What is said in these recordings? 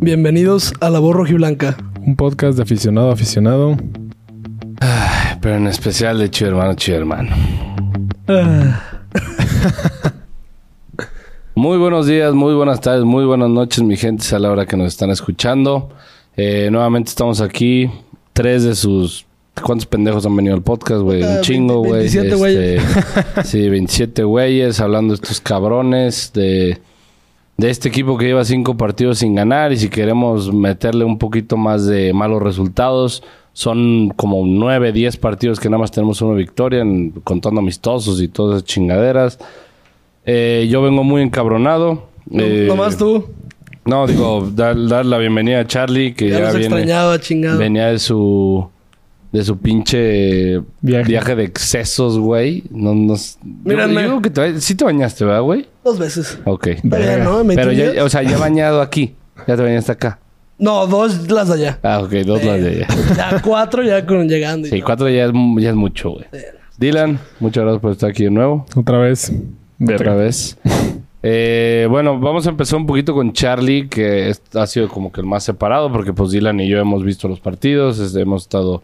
Bienvenidos a La Voz Blanca. Un podcast de aficionado a aficionado. Pero en especial de Chido Hermano, Chido Hermano. muy buenos días, muy buenas tardes, muy buenas noches, mi gente, a la hora que nos están escuchando. Eh, nuevamente estamos aquí. Tres de sus. ¿Cuántos pendejos han venido al podcast, güey? Ah, Un chingo, güey. 27 Este, güeyes. sí, 27 güeyes hablando de estos cabrones de. De este equipo que lleva cinco partidos sin ganar y si queremos meterle un poquito más de malos resultados, son como nueve, diez partidos que nada más tenemos una victoria, en- contando amistosos y todas esas chingaderas. Eh, yo vengo muy encabronado. eh, Nomás tú. No, digo, dar, dar la bienvenida a Charlie, que Ya, ya, nos viene, extrañaba, chingado. venía de su... De su pinche Viaje. viaje, de excesos, güey. No, nos, Mírame. yo, yo creo que te ba- sí te bañaste, ¿verdad, güey? Dos veces. Ok. Está bien, ¿no? ¿Me Pero ya, entiendes? o sea, ya bañado aquí. Ya te bañaste acá. No, dos las de allá. Eh, Ah, ok, dos las de ella. Ya cuatro ya con llegando. y Sí, todo. cuatro ya es, mu- ya es mucho, güey. Dylan, muchas gracias por estar aquí de nuevo. Otra vez. Otra vez. Eh, bueno, vamos a empezar un poquito con Charlie, que es- ha sido como que el más separado, porque pues Dylan y yo hemos visto los partidos, este, hemos estado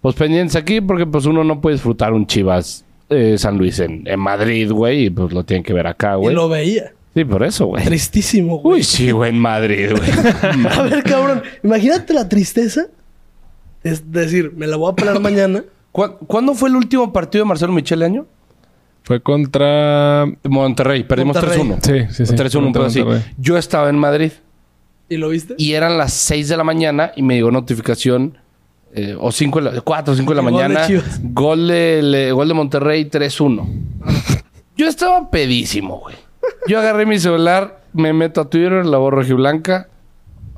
pues pendientes aquí, porque pues uno no puede disfrutar un Chivas eh, San Luis en, en Madrid, güey, y pues lo tienen que ver acá, Y güey. lo veía. Sí, por eso, güey. Tristísimo, güey. Uy, sí, güey, en Madrid, güey. A ver, cabrón. Imagínate la tristeza. Es decir, me la voy a pelar mañana. ¿Cuá- ¿Cuándo fue el último partido de Marcelo Michel año? Fue contra. Monterrey, perdimos Monterrey. 3-1. Sí, sí, sí. 3-1, un pedo así. Monterrey. Yo estaba en Madrid ¿Y lo viste? y eran las 6 de la mañana y me llegó notificación. eh, o 5 de la, 4 o 5 de la Gol de mañana. Chivas. gol, de, le- gol de Monterrey 3-1. Yo estaba pedísimo, güey. Yo agarré mi celular, me meto a Twitter, la voz rojiblanca.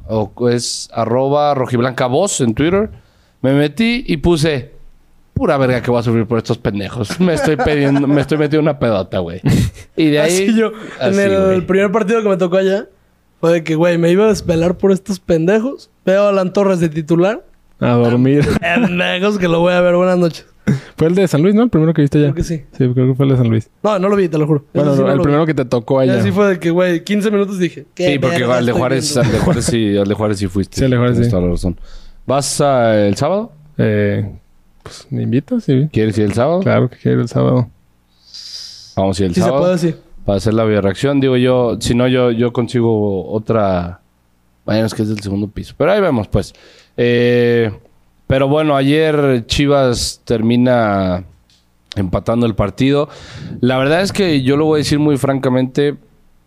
O es arroba rojiblanca voz en Twitter. Me metí y puse. Pura verga que voy a sufrir por estos pendejos. Me estoy pidiendo, me estoy metiendo una pedota, güey. Y de ahí. Así yo. así, en el güey. primer partido que me tocó allá, fue de que, güey, me iba a despelar por estos pendejos. Veo a Alan Torres de titular. A dormir. Pendejos que lo voy a ver. Buenas noches. fue el de San Luis, ¿no? El primero que viste allá. Creo que sí. Sí, creo que fue el de San Luis. No, no lo vi, te lo juro. Bueno, Ese sí no, no el lo vi. primero que te tocó Y allá. así fue de que, güey, 15 minutos dije. ¿qué Sí, porque verga al de estoy Juárez, viendo? al de Juárez sí, al de Juárez sí fuiste. Sí, al de Juárez Tienes sí. toda la razón. ¿Vas ah, el sábado? Eh, pues me invitas, sí. ¿Quieres ir el sábado? Claro que quiero ir el sábado. Vamos a ir el Sí, se puede sábado. decir. Para hacer la bioreacción. Digo yo, si no, yo, yo consigo otra. Bueno, es que es del segundo piso. Pero ahí vemos, pues. Eh, pero bueno, ayer Chivas termina empatando el partido. La verdad es que yo lo voy a decir muy francamente.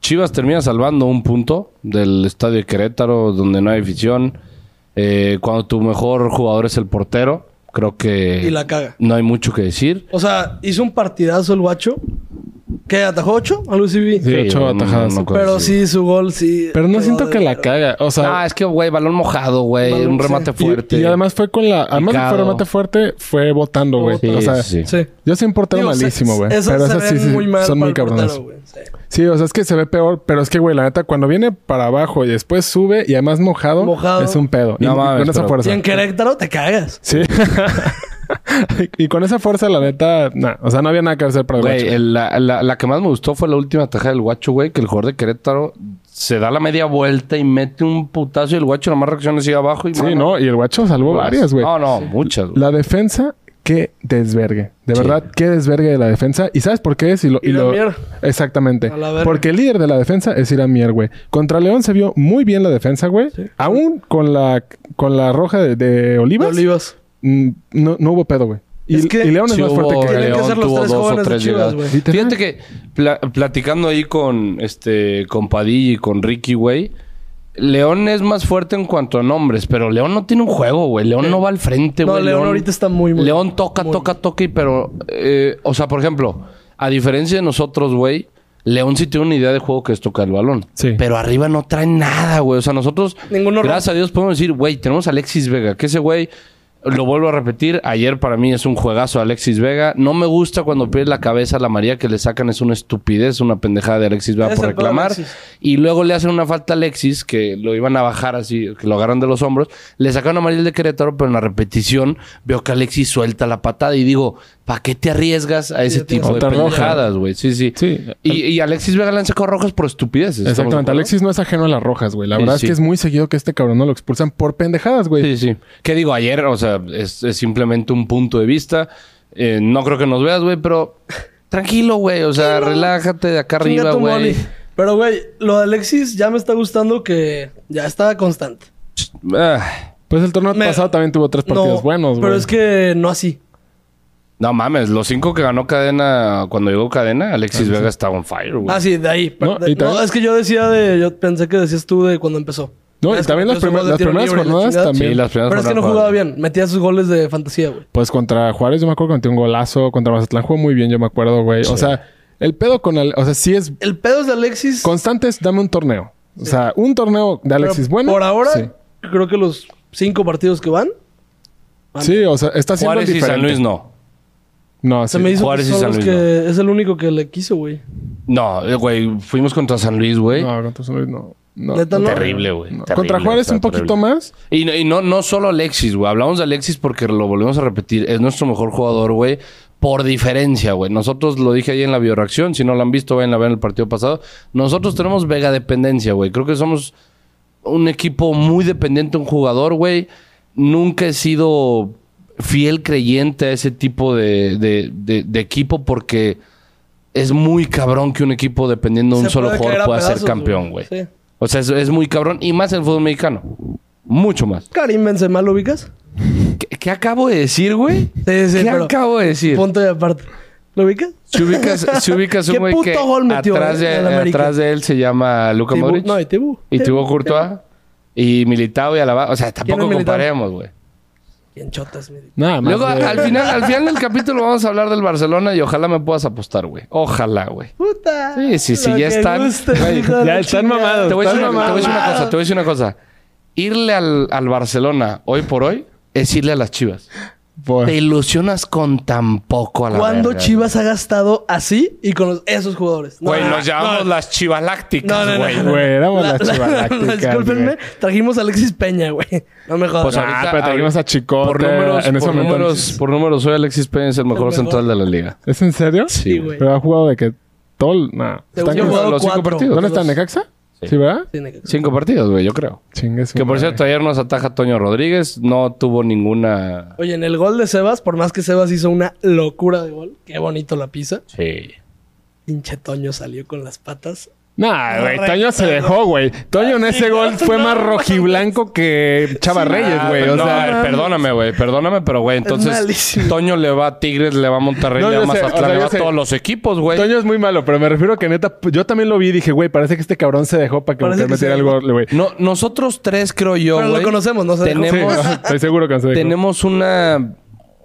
Chivas termina salvando un punto del estadio de Querétaro, donde no hay afición. Eh, cuando tu mejor jugador es el portero, creo que Y la caga. no hay mucho que decir. O sea, hizo un partidazo el guacho. ¿Qué? ¿Atajó 8? Algo así vi. Sí, ocho bueno, Eh, no- atajadas. no cosa Pero así. sí, su gol sí. Pero no pegó siento de que la verga. caga. O sea, Ah, es que, güey, balón mojado, güey. Balón, Un remate y- fuerte. Y, además fue con la. Además de que fue Picado. remate fuerte, fue votando, güey. Sí, o sea, sí, sí. Sí. yo soy un portero Digo, se- malísimo, güey. Esos Pero se esas sí, ven sí, muy mal para son muy el portero, cabronas. güey. Sí. Sí, o sea, es que se ve peor, pero es que, güey, la neta, cuando viene para abajo y después sube y además mojado, Mojado. es un pedo. y, No y mames, con esa pero- fuerza. Y en Querétaro te cagas. Sí. y con esa fuerza, la neta, nah, o sea, no había nada que hacer para el Güey, eh, guacho. el- la, la- la que más me gustó fue la última tajada del guacho, güey. Que el jugador de Querétaro se da la media vuelta y mete un putazo y el guacho nomás reacciona así abajo. Y, Sí, no, y el guacho salvó varias, güey. No, no, muchas, güey. La defensa, qué desvergue. De Sí. verdad, qué desvergue de la defensa. ¿Y sabes por qué es? Y lo, Y la mier. Exactamente. A la verga. Porque el líder de la defensa es ir a mier, güey. Contra León se vio muy bien la defensa, güey. Aún con la, con la roja de, de Olivas, Olivas. mm, no, no hubo pedo, güey. Y, Es que y León es Sí más fuerte hubo- que Tienen León que ser los tuvo tres dos o jóvenes de tres Chivas, llegadas. güey. Literal. Fíjate que pla- platicando ahí con este con Padilla y con Ricky, güey. León es más fuerte en cuanto a nombres, pero León no tiene un juego, güey. León no va al frente, No, güey. León ahorita está muy, muy- León toca, muy- toca, toca, y pero. eh, o sea, por ejemplo, a diferencia de nosotros, güey, León sí tiene una idea de juego que es tocar el balón. Sí. Pero arriba no trae nada, güey. O sea, nosotros. Ninguno Gracias a Dios podemos decir, güey, tenemos a Alexis Vega, que ese güey. lo vuelvo a repetir, ayer para mí es un juegazo Alexis Vega. No me gusta cuando pierde la cabeza a la María que le sacan, es una estupidez, una pendejada de Alexis Vega Es por el peor reclamar. Alexis. Y luego le hacen una falta a Alexis, que lo iban a bajar así, que lo agarran de los hombros. Le sacaron a María de Querétaro, pero en la repetición veo que Alexis suelta la patada y digo, ¿para qué te arriesgas a ese ya tienes tipo de otra roja. pendejadas, güey? Sí, sí. Sí. Y, y Alexis Vega le han sacado rojas por estupideces. ¿estamos de Exactamente. acuerdo? Alexis no es ajeno a las rojas, güey. La Sí, verdad sí. es que es muy seguido que este cabrón no lo expulsan por pendejadas, güey. Sí, sí. ¿Qué digo? Ayer, o sea, es, es simplemente un punto de vista. Eh, no creo que nos veas, güey, pero tranquilo, güey. O sea, relájate de acá Chinga arriba, tu güey. mole. Pero, güey, lo de Alexis ya me está gustando que ya está constante. Ah, Pues el torneo Me- pasado también tuvo tres partidos no, buenos, güey. Pero es que no así. No mames, los cinco que ganó Cadena, cuando llegó Cadena, Alexis Vega estaba on fire, güey. Ah, sí, de ahí. No, No, y también- es que yo decía de. Yo pensé que decías tú de cuando empezó. No, y Es que también las metió su primer- gol de las tiro primeras libre y la jornadas chingada. también. Sí, las primeras Pero es que no jornadas jugaba fueron- bien. Metía sus goles de fantasía, güey. Pues contra Juárez yo me acuerdo que metió un golazo. Contra Mazatlán jugó muy bien, yo me acuerdo, güey. O sea, el pedo con... Ale- O sea, sí es... El pedo es de Alexis. Constante es dame un torneo. O sea, un torneo de pero Alexis bueno. Por ahora, Sí, creo que los cinco partidos que van. van. Sí, o sea, está siendo Juárez y diferente. San Luis no. No, Se sí. me hizo Juárez que y son San los Luis, que es el único que le quiso, güey. No, eh, güey, fuimos contra San Luis, güey. No, contra San Luis no. No. Neta, no. Terrible, güey. No. Terrible, Contra Juárez está un poquito terrible. más. Y, no- y no, no solo Alexis, güey. Hablamos de Alexis porque lo volvemos a repetir. Es nuestro mejor jugador, güey. Por diferencia, güey. Nosotros lo dije ahí en la bioreacción. Si no lo han visto, vayan a ver en el partido pasado. Nosotros tenemos vega dependencia, güey. Creo que somos un equipo muy dependiente de un jugador, güey. Nunca he sido fiel creyente a ese tipo de, de- de- de equipo porque es muy cabrón que un equipo dependiendo de un Se solo puede jugador caer a pueda ser pedazos, campeón, güey. Sí. O sea, es, es muy cabrón. Y más en el fútbol mexicano. Mucho más. Karim Benzema, ¿lo ubicas? ¿Qué, qué acabo de decir, güey? Sí, sí, ¿Qué pero- acabo de decir? Punto de aparte. ¿Lo ubicas? Si ubicas, si ubicas un ¿Qué güey puto que gol metió, atrás, eh, de, en el América? atrás de él se llama Luca Thibaut- Modric. No, y Tibu. y tuvo Courtois. Y Militao y Alaba. O sea, tampoco ¿Quién es Militao? comparemos, güey. ¿Quién chotas? mi- Nada más. Luego, güey. al final, al final del capítulo vamos a hablar del Barcelona y ojalá me puedas apostar, güey. Ojalá, güey. Puta. Sí, sí, sí, Lo ya que están. gustes, Güey, hijo de ya la están chingada. mamados. Te voy a decir Estás una, te voy a decir una mamado. cosa, te voy a decir una cosa. Irle al, al Barcelona hoy por hoy es irle a las chivas. Pues, Te ilusionas con tan poco a la ¿Cuándo verga, Chivas ha gastado así y con los- esos jugadores? No, Güey, no, nos llamamos las No, chivalácticas, no, güey. no, no. güey, éramos La- las la- chivalácticas, Discúlpenme, güey. trajimos a Alexis Peña, güey. No me jodas. Pues Ah, ahorita- pero trajimos ahorita- a Chicote. Por números, en ese por, momento. números, por números, hoy Alexis Peña es el mejor, mejor. central de la liga. ¿Es en serio? Sí, güey. Pero ha jugado de que todo... el- Nah. Te Están hubiera con- jugado los cinco cuatro. partidos. ¿Dónde está Los- Necaxa? Sí, ¿verdad? Sí, Necaxa. Cinco partidos, güey, yo creo. Chingue su Que por madre. cierto, ayer nos ataja Toño Rodríguez. No tuvo ninguna... Oye, en el gol de Sebas, por más que Sebas hizo una locura de gol, qué bonito la pisa. Sí. Pinche Toño salió con las patas. Nah, güey. Correcto. Toño se dejó, güey. Toño en ese gol fue más rojiblanco que Chava Reyes, güey. O no, sea... eh, perdóname, güey. Perdóname, pero, güey, entonces... malísimo. Toño le va a Tigres, le va a Monterrey, No, le va a yo sé, Mazatlán, o sea, le va yo a sé. todos los equipos, güey. Toño es muy malo, pero me refiero que neta, yo también lo vi y dije, güey, parece que este cabrón se dejó para que Parece Monterrey que metiera se el gol, güey. No, nosotros tres, creo yo, Pero lo güey, conocemos, no se dejó. Sí, Tenemos... estoy seguro que no se dejó. tenemos una,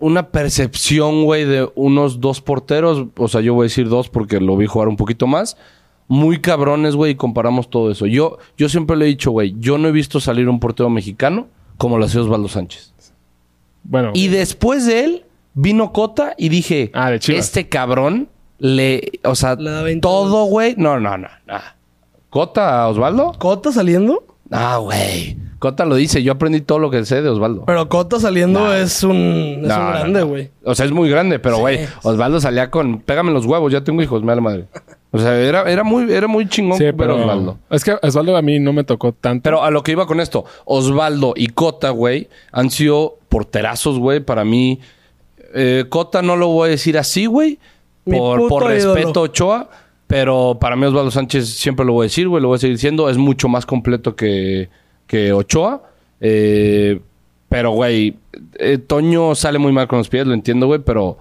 una percepción, güey, de unos dos porteros. O sea, yo voy a decir dos porque lo vi jugar un poquito más. Muy cabrones, güey, y comparamos todo eso. Yo, yo siempre le he dicho, güey, yo no he visto salir un portero mexicano como lo hacía Osvaldo Sánchez. Bueno, Y después de él, vino Cota y dije, Ah, de Chivas. este cabrón le... O sea, Le da 20 todo, güey... No, no, no, no. ¿Cota a Osvaldo? Cota saliendo, Ah, güey. Cota lo dice. Yo aprendí todo lo que sé de Osvaldo. pero Cota saliendo Nah. es un, es No, un no, grande, no. güey. O sea, es muy grande, pero Sí, güey, sí. Osvaldo salía con pégame los huevos, ya tengo hijos, me da la madre. O sea, era, era muy, era muy chingón sí, ver pero a Osvaldo. Es que Osvaldo a mí no me tocó tanto. Pero a lo que iba con esto, Osvaldo y Cota, güey, han sido porterazos, güey, para mí. Eh, Cota no lo voy a decir así, güey, Mi por, puto por ídolo. respeto a Ochoa, pero para mí Osvaldo Sánchez siempre lo voy a decir, güey, lo voy a seguir diciendo, es mucho más completo que, que Ochoa. Eh, pero, güey, eh, Toño sale muy mal con los pies, lo entiendo, güey, pero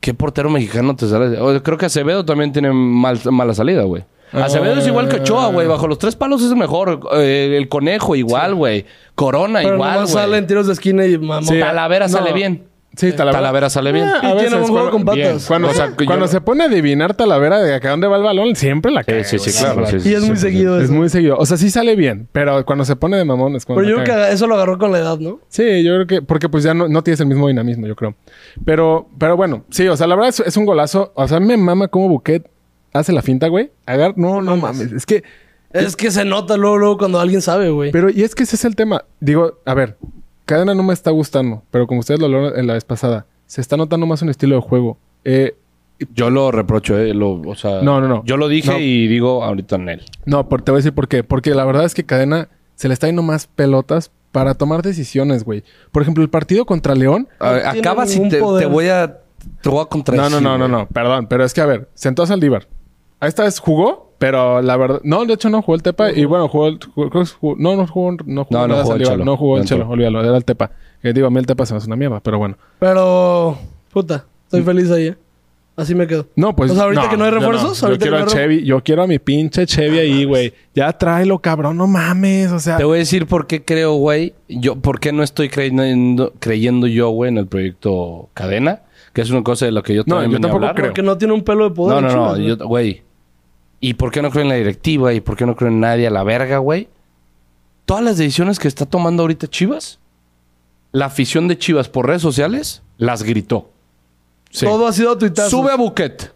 ¿qué portero mexicano te sale? O- creo que Acevedo también tiene mal- mala salida, güey. Ah. Acevedo es igual que Ochoa, güey. Bajo los tres palos es el mejor. Eh, el conejo igual, güey. Corona Pero igual, nomás salen güey. tiros de esquina y mamón. Ah, Talavera No. sale bien. Sí, Talavera. Talavera sale bien. Ah, a Y tiene veces buen juego cuando- con patas. Cuando, O sea, se, que yo- cuando se pone a adivinar Talavera de acá dónde va el balón, siempre la cae. Sí, sí, sí, güey. claro. sí, sí, Y es sí, muy sí, seguido Es eso. muy seguido. O sea, sí sale bien, pero cuando se pone de mamón es cuando. Pero yo la creo caga. que eso lo agarró con la edad, ¿no? Sí, yo creo que. Porque pues ya no, no tienes el mismo dinamismo, yo creo. Pero, pero bueno, sí, o sea, la verdad es, es un golazo. O sea, me mama cómo Buquet hace la finta, güey. Agar, no, no mames. Es que. Es que se nota luego, luego cuando alguien sabe, güey. Pero, y es que ese es el tema. Digo, a ver, cadena no me está gustando, pero como ustedes lo hablaron en la vez pasada, se está notando más un estilo de juego. Eh, Yo lo reprocho, eh. lo- o sea, No, no, no. Yo lo dije No. y digo ahorita en él. no, por, te voy a decir por qué. Porque la verdad es que cadena se le está yendo más pelotas para tomar decisiones, güey. Por ejemplo, el partido contra León. Ah, No tiene ningún poder. a. Te voy a No, contradecir. no, no, no, no, perdón, pero es que a ver, sentó a Saldívar. A Esta vez jugó, pero la verdad. No, de hecho no jugó el Tepa. Y bueno, jugó el. jugó- creo que jugó- no, no jugó. No jugó, No, no nada jugó el Saldívar, Cholo. no jugó el Dentro. Cholo, olvídalo, era el Tepa. Eh, digo, a mí el Tepa se me hace una mierda, pero bueno. Pero, puta, estoy feliz ahí, ¿eh? Así me quedo. No, pues. O sea, ahorita que no hay yo refuerzos, Yo, ahorita quiero que al no hay Chevy. Yo quiero a mi pinche Chevy ahí, güey. Ya tráelo, cabrón. No mames. O sea. Te voy a decir por qué creo, güey. Yo, por qué no estoy creyendo, creyendo yo, güey, en el proyecto Cadena, que es una cosa de lo que yo No, también yo venía a tampoco hablar. creo. Porque no tiene un pelo de No, poder. no, no, Chivas, yo- güey. ¿Y por qué no creo en la directiva? ¿Y por qué no creo en nadie a la verga, güey? Todas las decisiones que está tomando ahorita Chivas, la afición de Chivas por redes sociales las gritó. sí. Todo ha sido tuitazo. Sube a Buquet.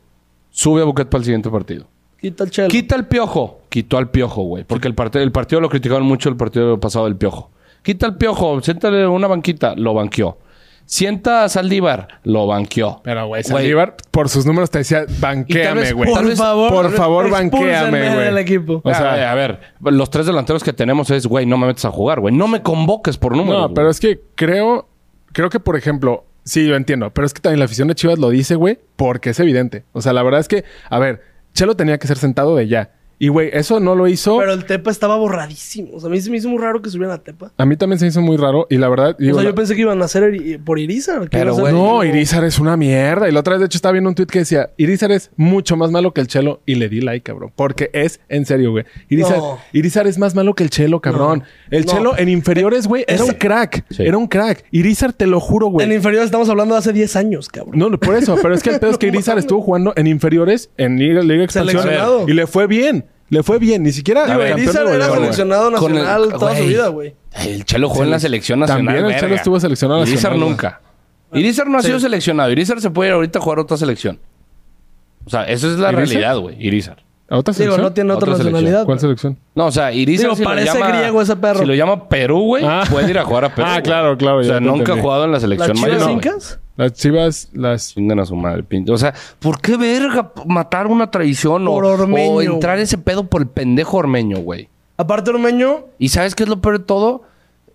Sube a Buquet para el siguiente partido. Quita el chelo. Quita el piojo. Quitó al piojo, güey. Porque el, parte- el partido lo criticaron mucho el partido pasado del piojo. Quita el piojo, siéntale una banquita, lo banqueó. Sienta a Saldívar, lo banqueó. Pero, güey, Saldívar, por sus números te decía, banquéame, vez güey. tal Por vez- favor, por favor, expúlsenme banquéame, güey. del equipo. O O sea, sea- a ver, a ver, los tres delanteros que tenemos es, güey, no me metes a jugar, güey. No me convoques por números. No, güey. pero es que creo, creo que por ejemplo, sí, yo entiendo, pero es que también la afición de Chivas lo dice, güey, porque es evidente. O sea, la verdad es que, a ver, Chelo tenía que ser sentado de ya. Y, güey, eso no lo hizo. Pero el Tepa estaba borradísimo. O sea, a mí se me hizo muy raro que subieran a Tepa. A mí también se me hizo muy raro y la verdad, digo, o sea, la- yo pensé que iban a hacer eri- por Irizar. que iba Pero, a ser- güey, no, Irizar es una mierda. Y la otra vez, de hecho, estaba viendo un tweet que decía, Irizar es mucho más malo que el Chelo. Y le di like, cabrón. Porque es, en serio, güey. Irizar, No. Irizar es más malo que el Chelo, cabrón. El No. Chelo en inferiores, güey, era un crack. Sí. Era un crack. Irizar, te lo juro, güey. En inferior estamos hablando de hace 10 años, cabrón. No, no, por eso, pero es que el pedo es que Irizar estuvo jugando en inferiores, en Liga, Liga Expansión, Seleccionado. y le fue bien. Le fue bien, ni siquiera. Digo, campeón de Irizar era goleador, güey. seleccionado Con el- nacional toda su güey, vida, güey. El Chelo jugó en la selección nacional. También el verga. Chelo estuvo seleccionado Irizar nacional, nunca. Irizar no ha sido seleccionado. Irizar se puede ir ahorita a jugar a otra selección. O sea, esa es la ¿Irizar? realidad, güey. Irizar. ¿A otra Digo, selección? no tiene otra, Otra selección. nacionalidad. ¿Cuál selección? No, o sea, Irizar Digo, parece griego ese perro. Si lo llama Perú, güey, Ah. puede ir a jugar a Perú. Ah, güey. claro, claro, O ya sea, te nunca ha entendí. jugado en la ¿Las selección chivas mayor. güey. incas? Las chivas, las. Chingan a su madre, pinche. O sea, ¿por qué verga matar una traición o, Por ormeño, o entrar güey. ese pedo por el pendejo ormeño, güey? Aparte, Ormeño ¿Y sabes qué es lo peor de todo?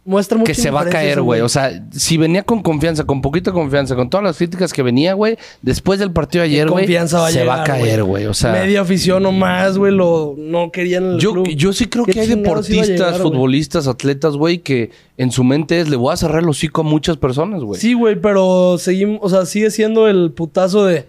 muestra mucho que se va a caer, güey. O sea, si venía con confianza, con poquita confianza, con todas las críticas que venía, güey, después del partido de ayer, güey, se confianza va a llegar, va a caer, güey. O sea, media afición nomás, güey, lo no querían en el yo, club. yo sí creo ¿Qué que hay chingados iba a deportistas, llegar, güey? futbolistas, atletas, güey, que en su mente es le voy a cerrar el hocico a muchas personas, güey. Sí, güey, pero seguimos, o sea, sigue siendo el putazo de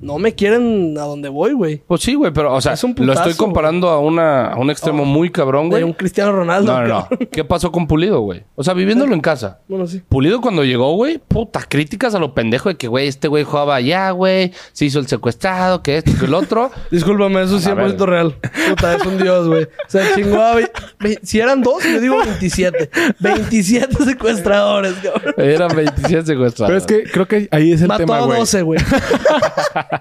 no me quieren a donde voy, güey. Pues sí, güey, pero, o sea, Es un lo putazo, Oh, estoy comparando a, una, a un extremo muy cabrón, De güey. un Cristiano Ronaldo. No, no, no. cabrón. ¿Qué pasó con Pulido, güey? O sea, viviéndolo en casa. Bueno, sí. Pulido cuando llegó, güey, puta, críticas a lo pendejo de que, güey, este güey jugaba allá, güey, se hizo el secuestrado, que esto, que el otro. Discúlpame, eso es A la 100% verga. real. Puta, es un dios, güey. O sea, chingó Si eran dos, yo digo 27. 27 secuestradores, cabrón. Eran 27 secuestrados. Pero es que creo que ahí es el Mató tema, a güey. 12, güey.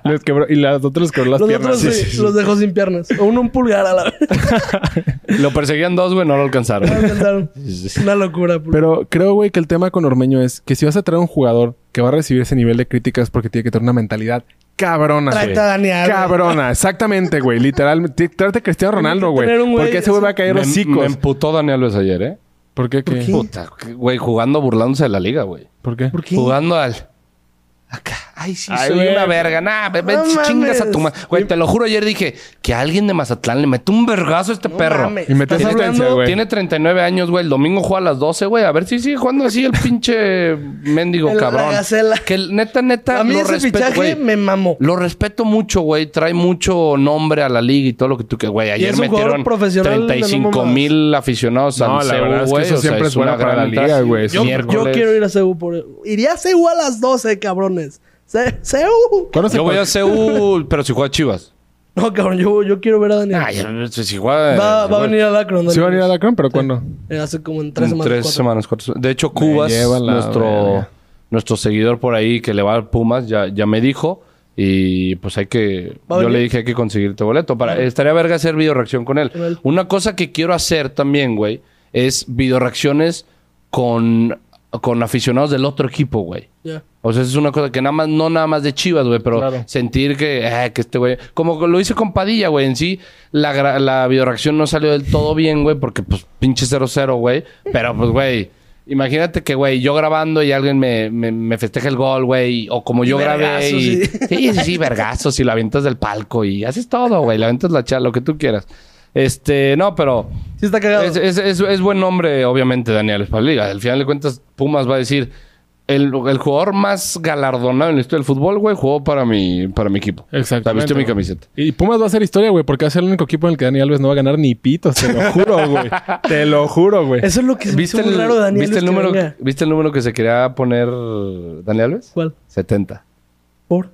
Les quebró- y las otras les quebró las Los piernas. otros Sí, sí, sí, sí. los dejó sin piernas. O uno un pulgar a la vez. Lo perseguían dos, güey, no lo alcanzaron. No alcanzaron. Sí, sí. Una locura. pul- Pero creo, güey, que el tema con Ormeño es que si vas a traer un jugador que va a recibir ese nivel de críticas porque tiene que tener una mentalidad cabrona, güey. Tráete a Daniel. Cabrona, exactamente, güey. Literalmente. Trate a Cristiano Ronaldo, güey. tener un güey Porque ese güey va a caer me, me hocicos. emputó Daniel Luis ayer, ¿eh? ¿Por qué? ¿Qué? qué? Puta, güey, jugando, burlándose de la liga, güey. ¿Por qué? ¿Por qué? Jugando al. Acá, Ay, sí, Ay, soy güey, una una verga. verga. Nah, ve, ve, No si chingas a mames. tu madre. Güey, te lo juro, ayer dije que alguien de Mazatlán le metió un vergazo a este perro. mames. Y metes ¿Estás asistencia, hablando? güey. Tiene 39 años, güey. El domingo juega a las 12, güey. A ver si sigue jugando así el pinche mendigo El- la cabrón. gacela. Que el- neta, neta, A mí lo ese respeto, fichaje güey. me mamó. Lo respeto mucho, güey. Trae mucho nombre a la liga y todo lo que tú que, güey. Ayer es un jugador metieron profesional de no 35 mil aficionados No, al la CEU, verdad es que güey. eso O sea, siempre es bueno una para gran la ventaja. liga, güey. Es Yo, un yo Miércoles. quiero ir a CEU por... Iría a CEU a las 12, cabrones. Ce- CEU. ¿Cuándo se Yo voy cua- a CEU, pero si juega Chivas. No, cabrón, yo, yo quiero ver a Daniel. Ay, si juega... va, va a venir a Lacron. ¿Sí va a venir a Lacron? ¿Pero Sí. cuándo? Eh, Hace como en tres En semanas. Mm, tres cuatro. semanas, cuatro semanas. De hecho, Cubas, lleva la nuestro, verga. nuestro seguidor por ahí que le va al Pumas, ya, ya me dijo. Y pues hay que. Va a Yo le venir. dije hay que conseguirte boleto. Para, estaría verga hacer videoreacción con él. Con él. Una cosa que quiero hacer también, güey, es videoreacciones con, con aficionados del otro equipo, güey. Ya. O sea, es una cosa que nada más, no nada más de chivas, güey, pero Claro. sentir que, eh, que este güey. Como lo hice con Padilla, güey. En sí, la, gra- la videoreacción no salió del todo bien, güey, porque, pues, pinche 0-0, güey. Pero, pues, güey. Imagínate que, güey, yo grabando y alguien me, me, me festeja el gol, güey. O como yo grabé. Vergazos, Y, sí. sí, sí, sí, vergazos. Y la avientas del palco y haces todo, güey. La avientas la charla, lo que tú quieras. Este, no, pero. Sí está cagado. Es, es- es- es buen nombre, obviamente, Daniel Liga. Al final de cuentas, Pumas va a decir... El, el jugador más galardonado en la historia del fútbol, güey, jugó para mi, para mi equipo. Exactamente, O sea, vistió mi güey. camiseta. Y Pumas va a hacer historia, güey, porque va a ser el único equipo en el que Dani Alves no va a ganar ni pitos. Te lo juro, güey. te lo juro, güey. Eso es lo que se me hizo ¿Viste muy el, raro de Daniel. ¿viste, el Luis que número, venga. ¿Viste el número que se quería poner Daniel Alves? ¿Cuál? 70. ¿Por?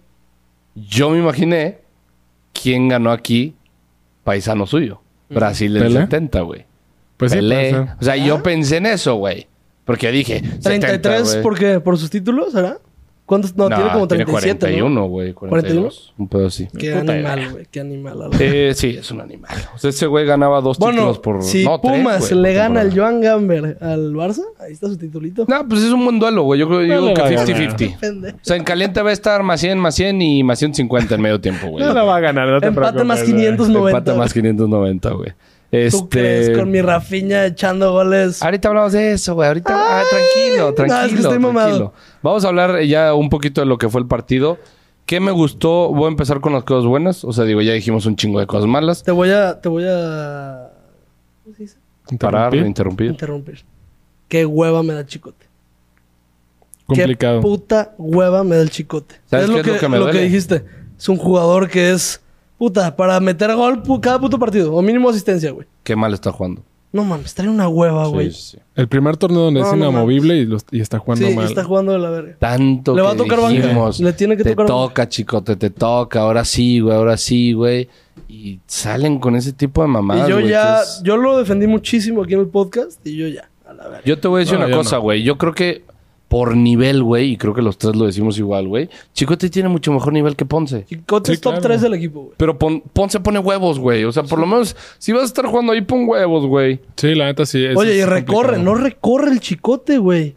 Yo me imaginé quién ganó aquí paisano suyo. Brasil del ¿Pelé? 70, güey. Pues sí, Pelé. puede ser. O sea, Ah. yo pensé en eso, güey. Porque dije... 33, 70, güey. ¿por qué? ¿Por sus títulos, será? ¿Cuántos? No, tiene como 37, Tiene ¿no? 41, güey. 42. Un pedo así. Qué Puta animal, idea. güey. Qué animal. a la- Eh, sí, es un animal. O sea, ese güey ganaba dos Bueno, títulos por... si no, tres, Pumas güey, le por gana el temporada. Joan Gamber al Barça, ahí está su titulito. No, pues es un buen duelo, güey. Yo creo No digo le que va a ganar. 50-50. Pendejo. O sea, en caliente va a estar más 100, más 100 y más 150 en medio tiempo, güey. No la va a ganar, no te Empate preocupes, más güey. 590. Empata más 590, güey. Este... Ah. ¿Tú crees? Con mi Rafiña echando goles. Ahorita hablamos de eso, güey. Ahorita. Ah, tranquilo, no, es que tranquilo. estoy mamado. tranquilo. Vamos a hablar ya un poquito de lo que fue el partido. ¿Qué me gustó? Voy a empezar con las cosas buenas. O sea, digo, ya dijimos un chingo de cosas malas. Te voy a... Te voy a... ¿Cómo se dice? Parar, Interrumpir. interrumpir. Interrumpir. Qué hueva me da el chicote. Complicado. Qué puta hueva me da el chicote. ¿Sabes qué es lo que me duele? dijiste. Es un jugador que es... Puta, para meter gol pu- cada puto partido. O mínimo asistencia, güey. Qué mal está jugando. No mames, trae una hueva, Ah, güey. Sí, sí, sí. El primer torneo donde No, es no inamovible y, los- y está Sí, jugando mal. está jugando de la verga. Tanto Le va que a tocar banca. dijimos, Le tiene que te tocar banca". toca, chicote, te toca. Ahora sí, güey, ahora sí, güey. Y salen con ese tipo de mamadas, y yo güey, ya... que es- Yo lo defendí muchísimo aquí en el podcast. Y yo ya, a la verga. Yo te voy a decir No, una yo cosa, no. güey. Yo creo que por nivel, güey, y creo que los tres lo decimos igual, güey. Chicote tiene mucho mejor nivel que Ponce. Chicote Sí, es top claro. 3 del equipo, güey. Pero Pon- Ponce pone huevos, güey. O sea, por lo menos, si vas a estar jugando ahí, pon huevos, güey. Sí, la neta sí. eso Oye, y es recorre, complicado. no recorre el chicote, güey.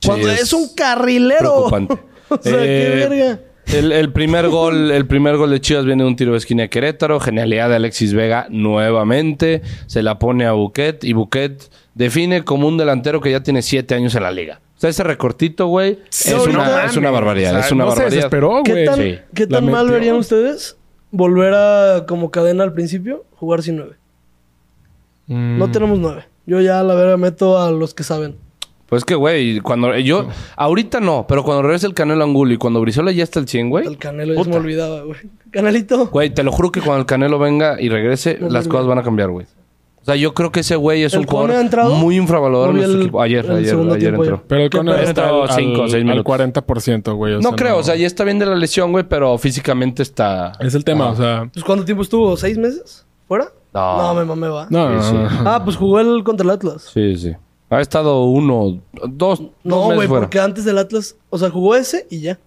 Sí, Cuando es, es un carrilero. preocupante. o sea, qué Eh, verga. El, el primer gol, el primer gol de Chivas viene de un tiro de esquina de Querétaro, genialidad de Alexis Vega nuevamente, se la pone a Buquet y Buquet define como un delantero que ya tiene siete años en la liga. O sea, ese recortito, güey, Sí, es, no una, mames. es una barbaridad, O sea, es una no Se barbaridad. desesperó, Ah, güey. ¿Qué tan, sí. qué La tan mal metió. verían ustedes volver a, como cadena al principio, jugar sin nueve? Mm. No tenemos nueve. Yo ya a la verga meto a los que saben. Pues que, güey, cuando yo, ahorita no, pero cuando regrese el Canelo Angulo y cuando Brizola ya está el 100, güey. El Canelo, ya se puta. me olvidaba, güey. Canelito. Güey, te lo juro que cuando el Canelo venga y regrese, No, las no, cosas no. van a cambiar, güey. O sea, yo creo que ese güey es ¿El un Cone jugador ha entrado? muy infravalorado en No vi nuestro el- equipo. Ayer, el ayer, segundo ayer tiempo, entró. ayer. Pero el ¿Qué Cone pedo? está al, Cinco, al- al seis minutos. 40%, güey. o no sea, creo, o sea, ya está bien de la lesión, güey, pero físicamente está... Es el Ah. tema, o sea... Pues, ¿Cuánto tiempo estuvo? ¿Seis meses? ¿Fuera? No. No, me mamé, va. No, Sí, no, sí. no. Ah, pues jugó el contra el Atlas. Sí, sí. Ha estado uno, dos, dos No, meses güey, fuera. porque antes del Atlas, o sea, jugó ese y ya.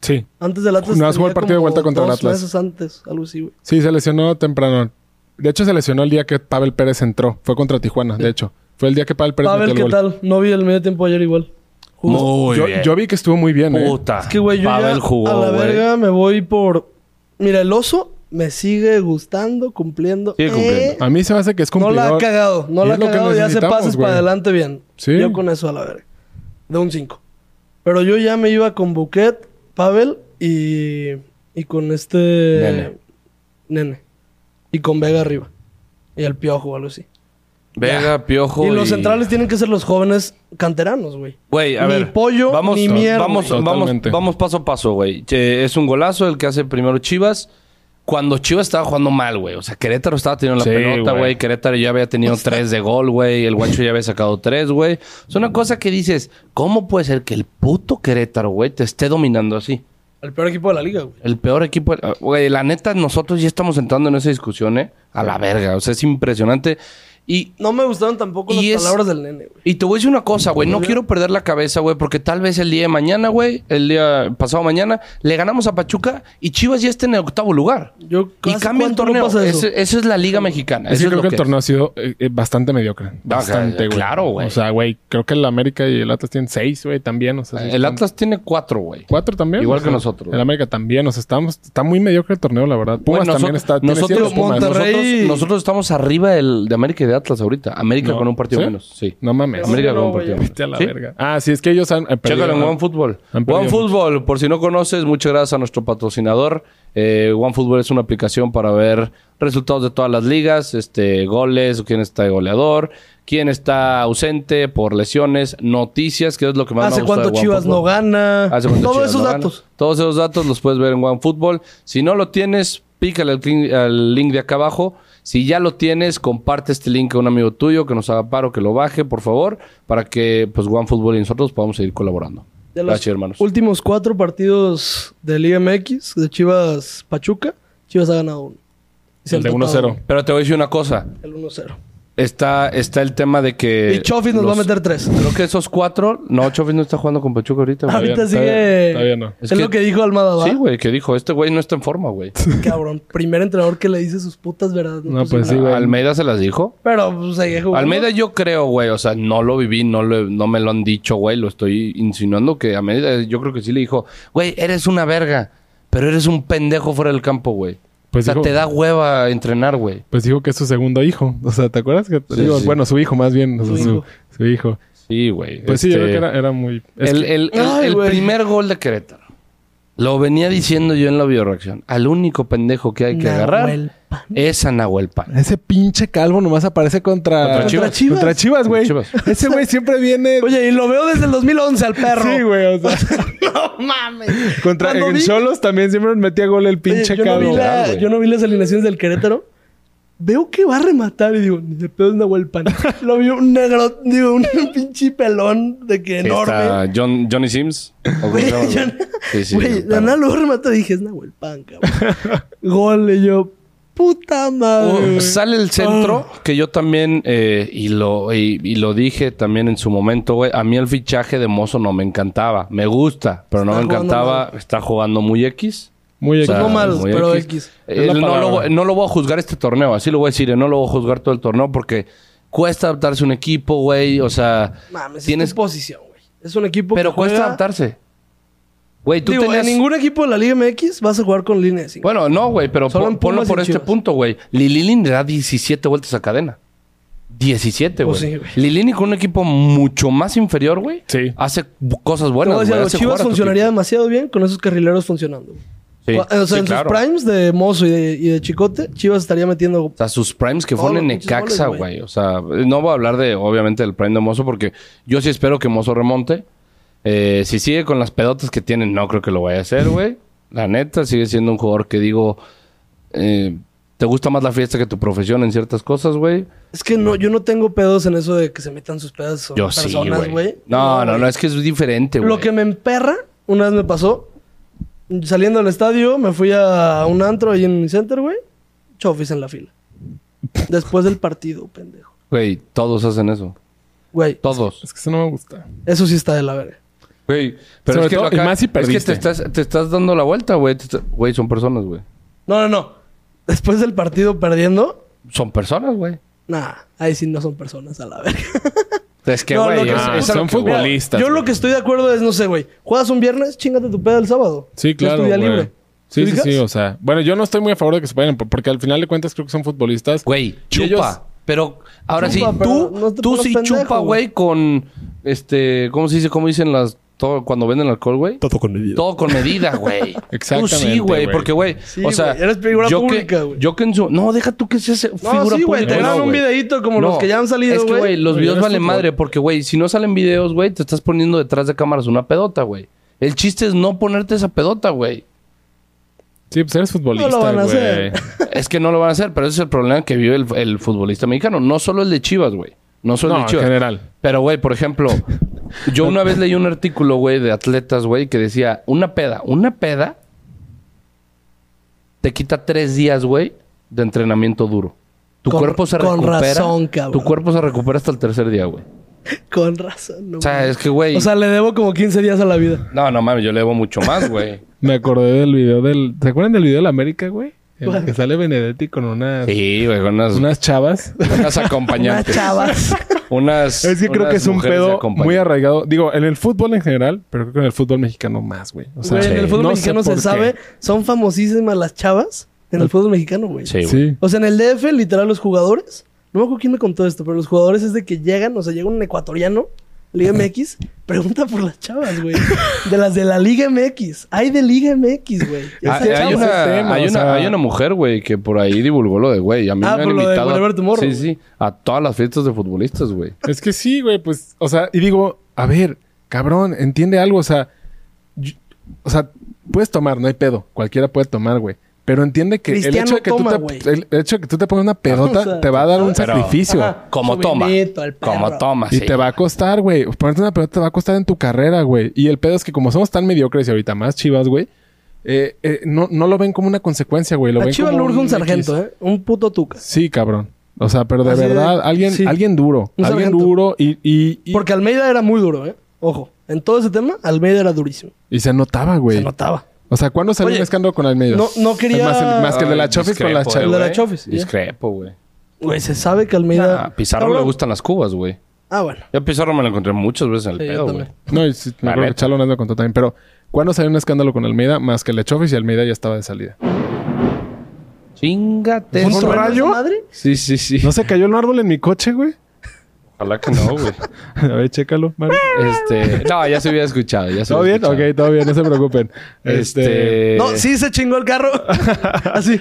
Sí. Antes del Atlas. No, jugó tenía el partido de como vuelta contra el dos Atlas. meses antes, algo así, güey. Sí, se lesionó temprano. De hecho, se lesionó el día que Pavel Pérez entró. Fue contra Tijuana, de hecho. Fue el día que Pavel Pérez Pavel, metió el ¿qué gol. tal? No vi el medio tiempo ayer igual. Jugó. Muy yo, bien. yo vi que estuvo muy bien, ¿eh? Puta. Es que, güey, yo Pavel ya jugó, a la güey. verga me voy por... Mira, el oso me sigue gustando, cumpliendo. eh, Sigue cumpliendo. A mí se me hace que es no cumplidor. la ha cagado. No Ah, Y la ha es lo que cagado. Ya hace necesitamos, pases güey. para adelante bien. Sí. Yo con eso a la verga. De un 5. Pero yo ya me iba con Buquet Pavel y, y con este. Nene. Nene. Y con Vega arriba. Y el piojo o algo así. Vega, Piojo y los centrales tienen que ser los jóvenes canteranos, güey. Güey, a Ni ver. pollo, vamos, ni mierda, Vamos, güey. vamos, Totalmente. vamos paso a paso, güey. Che, Es un golazo el que hace primero Chivas. Cuando Chivas estaba jugando mal, güey. O sea, Querétaro estaba teniendo la Sí, pelota, güey. güey. Querétaro ya había tenido tres de gol, güey. El guacho ya había sacado tres, güey. Es una cosa que dices, ¿cómo puede ser que el puto Querétaro, güey, te esté dominando así? El peor equipo de la liga, güey. El peor equipo. ah, Güey, la neta, nosotros ya estamos entrando en esa discusión, ¿eh? A la verga. O sea, es impresionante. Y No me gustaron tampoco las Y es- palabras del nene, güey. y te voy a decir una cosa, güey. No quiero perder la cabeza, güey, porque tal vez el día de mañana, güey, el día pasado mañana, le ganamos a Pachuca y Chivas ya está en el octavo lugar. Yo Y casi cambia el cuánto no torneo. pasa eso. Ese- Eso es la Liga Mexicana. Es que Eso es creo lo que el que es. torneo ha sido eh, eh, bastante mediocre. Bastante, güey. claro, güey. O sea, güey, creo que el América y el Atlas tienen seis, güey, también. O sea, sí El están- Atlas tiene cuatro, güey. ¿Cuatro también? Igual O que sea, nosotros, güey. El América también. O sea, estamos, está muy mediocre el torneo, la verdad. Pumas Güey, también noso- está. tiene Nosotros, siete Pumas. Monterrey- nosotros, nosotros estamos arriba del, de América y de Atlas ahorita. América No. con un partido ¿Sí? menos. Sí. No mames. América- América con un No, partido güey. menos. Vete a la ¿Sí? verga. Ah, sí, es que ellos han. han perdido, Chécalo en ¿no? OneFootball. Han perdido OneFootball, por si no conoces, muchas gracias a nuestro patrocinador. Eh, OneFootball es una aplicación para ver resultados de todas las ligas, este, goles, quién está de goleador, quién está ausente por lesiones, noticias, que es lo que más ¿Hace me gusta cuánto de Chivas no OneFootball. gana? Hace cuánto Todos Chivas esos no gana. datos. Todos esos datos los puedes ver en OneFootball. Si no lo tienes, pícale al, clin- al link de acá abajo. Si ya lo tienes, comparte este link a un amigo tuyo que nos haga paro, que lo baje, por favor, para que pues OneFootball y nosotros podamos seguir colaborando. De los Gracias, hermanos. últimos cuatro partidos de Liga MX, de Chivas Pachuca, Chivas ha ganado uno. Y se El de han 1-0. Pero te voy a decir una cosa. tocado El 1-0. Está, está el tema de que... y Chofis nos Eh, los- va a meter tres. Creo que esos cuatro... No, Chofis no está jugando con Pachuca ahorita, güey. Ahorita todavía- sigue. todavía no. Es, Es lo que- que dijo Almada, ¿va? Sí, güey, que dijo, este güey no está en forma, güey. Cabrón. Primer entrenador que le dice sus putas verdades. No, pues sí, güey. Almeida se las dijo. Pero pues, seguía jugando. Almeida yo creo, güey, o sea, no lo viví, no, lo- no me lo han dicho, güey, lo estoy insinuando que Almeida yo creo que sí le dijo, güey, eres una verga, pero eres un pendejo fuera del campo, güey. Pues o sea, dijo- te da hueva entrenar, güey. Pues dijo que es su segundo hijo. O sea, ¿te acuerdas? que Sí, digo, sí. Bueno, su hijo más bien. o sea, Su su, hijo. su hijo. Sí, güey. Pues sí, yo este- creo que era, era muy... es el, que- el- el- Ay, el güey. primer gol de Querétaro. Lo venía diciendo yo en la bioreacción. Al único pendejo que hay que Nahuel agarrar Pan. es a Nahuel Pan. Ese pinche calvo nomás aparece contra... Contra Chivas. Contra Chivas, güey. Contra Chivas. Ese güey siempre viene... Oye, y lo veo desde el 2011 al perro. sí, güey. O sea, No mames. contra Cuando en vi- Cholos también siempre metía gol Oye, el pinche yo, no calvo. vi la- Ah, güey. yo no vi las alineaciones del Querétaro. Veo que va a rematar y digo, ni de pedo es Nahuel Pan. Lo vi un negro, digo, un pinche pelón de que enorme. Está John- Johnny Sims. ¿o cómo Güey, se llama, yo güey? no- Sí, sí, Güey, Nahuel la Pan. nada luego remató y dije, es Nahuel Pan, cabrón. Gol, y yo, puta Oh, madre. sale el centro, Ah. que yo también, eh, y, lo, y, y lo dije también en su momento, güey. A mí el fichaje de Mozo no me encantaba. Me gusta, pero no Está me jugando encantaba. Está jugando muy X. Muy O sea, no equis. mal, muy pero X. X. Es la Eh, no, palabra. lo, voy- no lo voy a juzgar este torneo, así lo voy a decir, eh, no lo voy a juzgar todo el torneo porque cuesta adaptarse a un equipo, güey, o sea, Mames, es tienes tu posición, güey. Es un equipo pero que cuesta juega- adaptarse. Güey, tú Digo, tenías en ningún equipo de la Liga MX vas a jugar con línea de cinco. Bueno, no, güey, pero Solo pon- en ponlo Pumas y por en este Chivas. punto, güey. Lilini le da 17 vueltas a cadena. 17, güey. Pues sí, güey. Lilini con un equipo mucho más inferior, güey. Sí. Hace bu- cosas Te buenas, voy a decir güey. algo, hace jugar Chivas a tu funcionaría equipo. demasiado bien con esos carrileros funcionando. güey. Sí. O sea, Sí, en claro. sus primes de Mozo y de, y de Chicote, Chivas estaría metiendo. O sea, sus primes que Todos fueron en los pinches Necaxa, goles, güey. güey. O sea, no voy a hablar de, obviamente, del prime de Mozo, porque yo sí espero que Mozo remonte. Eh, si sigue con las pedotas que tiene, no creo que lo vaya a hacer, güey. La neta, sigue siendo un jugador que digo, eh, te gusta más la fiesta que tu profesión en ciertas cosas, güey. Es que no, yo no tengo pedos en eso de que se metan sus pedos o Yo sí, personas, güey. güey. No, no, güey. no, es que es diferente, güey. Lo que me emperra, una vez me pasó, saliendo del estadio, me fui a un antro ahí en mi center, güey. Chofis en la fila. Después del partido, pendejo. Güey, todos hacen eso. Güey, Todos. Es que eso no me gusta. eso sí está de la verga. Güey, pero Sobre es que todo, lo acá- y más si Es que te perdiste. estás, te estás dando la vuelta, güey. Te está- Güey, son personas, güey. No, no, no. Después del partido perdiendo, Son personas, güey. nah, ahí sí no son personas a la verga. Es que, No, güey, lo que es- se- es son a lo que voy. futbolistas. Yo lo güey. que estoy de acuerdo es, no sé, güey. Juegas un viernes, chingate tu peda el sábado. Sí, Es claro, tu día güey. libre. Sí, ¿Te sí, fijas? sí, o sea... Bueno, yo no estoy muy a favor de que se vayan, por- porque al final de cuentas creo que son futbolistas. Güey, chupa. Y ellos- Pero ahora Chupa, sí, pero tú, no te tú pongas sí pendejo, chupa, güey, con este, ¿cómo se dice? ¿Cómo dicen las todo cuando venden alcohol, güey. Todo con medida. Todo con medida, güey. Tú Exactamente, sí, güey, güey. porque, güey, Sí, o sea, güey, eres figura yo que- pública, güey. Yo que en su... No, deja tú que seas No, figura sí, güey. pública. Te graban No, un güey. videíto como los No, que ya han salido, Es que, güey, los videos es valen fútbol. madre porque, güey, si no salen videos, güey, te estás poniendo detrás de cámaras una pedota, güey. El chiste es no ponerte esa pedota, güey. Sí, pues eres futbolista, No lo van a güey. hacer. es que no lo van a hacer, pero ese es el problema que vive el, el futbolista mexicano. No solo el de Chivas, güey. No solo No, el en de Chivas. general. Pero, güey, por ejemplo, yo una vez leí un artículo, güey, de atletas, güey, que decía, una peda, una peda te quita tres días, güey, de entrenamiento duro. Tu Con- cuerpo se con recupera. razón, cabrón. Tu cuerpo se recupera hasta el tercer día, güey. Con razón, no. O sea, mames. es que, güey. O sea, le debo como 15 días a la vida. no, no mames, yo le debo mucho más, güey. Me acordé del video del... ¿Se acuerdan del video de la América, güey? En el ¿Cuál? que sale Benedetti con unas... Sí, güey, con unas, Unas chavas. unas Una acompañantes. chavas. Unas. Es que creo unas que es un mujeres de pedo acompañante. muy arraigado. Digo, en el fútbol en general, pero creo que en el fútbol mexicano más, güey. O sea, Güey, en el fútbol no sé mexicano se por qué. sabe. Son famosísimas las chavas en el fútbol mexicano, güey. Sí, güey. Sí. O sea, en el DF, literal, los jugadores. No me acuerdo quién me contó esto, pero los jugadores es de que llegan, o sea, llega un ecuatoriano, Liga MX, pregunta por las chavas, güey. De las de la Liga MX. Hay de Liga MX, güey. Ah, Esta hay, chava- una, ese tema, hay, o una, sea- hay una mujer, güey, que por ahí divulgó lo de güey. A mí Ah, me han por lo de invitado. a- Boulevard Tomorrow, sí, güey. sí. A todas las fiestas de futbolistas, güey. Es que sí, güey, pues, o sea, y digo, a ver, cabrón, entiende algo, o sea, yo- o sea, puedes tomar, no hay pedo, cualquiera puede tomar, güey. Pero entiende que el Cristiano hecho, de que toma, tú güey. te, el hecho de que tú te pongas una pedota O sea, te va a dar un pero- sacrificio Ajá. Como Su toma. vinito, el perro. Como toma, y sí. te va a costar, güey. Ponerte una pedota te va a costar en tu carrera, güey. Y el pedo es que como somos tan mediocres y ahorita más chivas, güey, eh, eh, no, no lo ven como una consecuencia, güey. Lo A ven Chivas como le urge un X. sargento, ¿eh? Un puto tuca. Sí, cabrón. O sea, pero de Así de- verdad, alguien, sí. alguien duro. Un alguien sargento. duro y, y, y- Porque Almeida era muy duro, ¿eh? Ojo. En todo ese tema, Almeida era durísimo. y se notaba, güey. Se notaba. O sea, ¿cuándo salió Oye, un escándalo con Almeida? no- no quería- Más, el- más que el de la Ay, Chofis con discrepo, la eh, El Chofis. de la güey. Chofis, ya. Discrepo, güey. Güey, se sabe que Almeida. Ah, A Pizarro Cabrón. le gustan las cubas, güey. Ah, bueno. Yo a Pizarro me lo encontré muchas veces en el Sí, yo pedo, güey. también. No, y sí, me La acuerdo que neta. Chalo Hernández lo contó también. Pero, ¿cuándo salió un escándalo con Almeida? Más que el de Chofis y Almeida ya estaba de salida. Chingate. ¿Un eso. ¿Trueno rayo? esa madre? Sí, sí, sí. ¿No se cayó un árbol en mi coche, güey? Ojalá que no, güey. A ver, chécalo, Mario. Este. No, ya se hubiera escuchado. Ya se ¿Todo hubiera bien? escuchado. Ok, todo bien, no se preocupen. Este... Este. No, sí se chingó el carro. Así.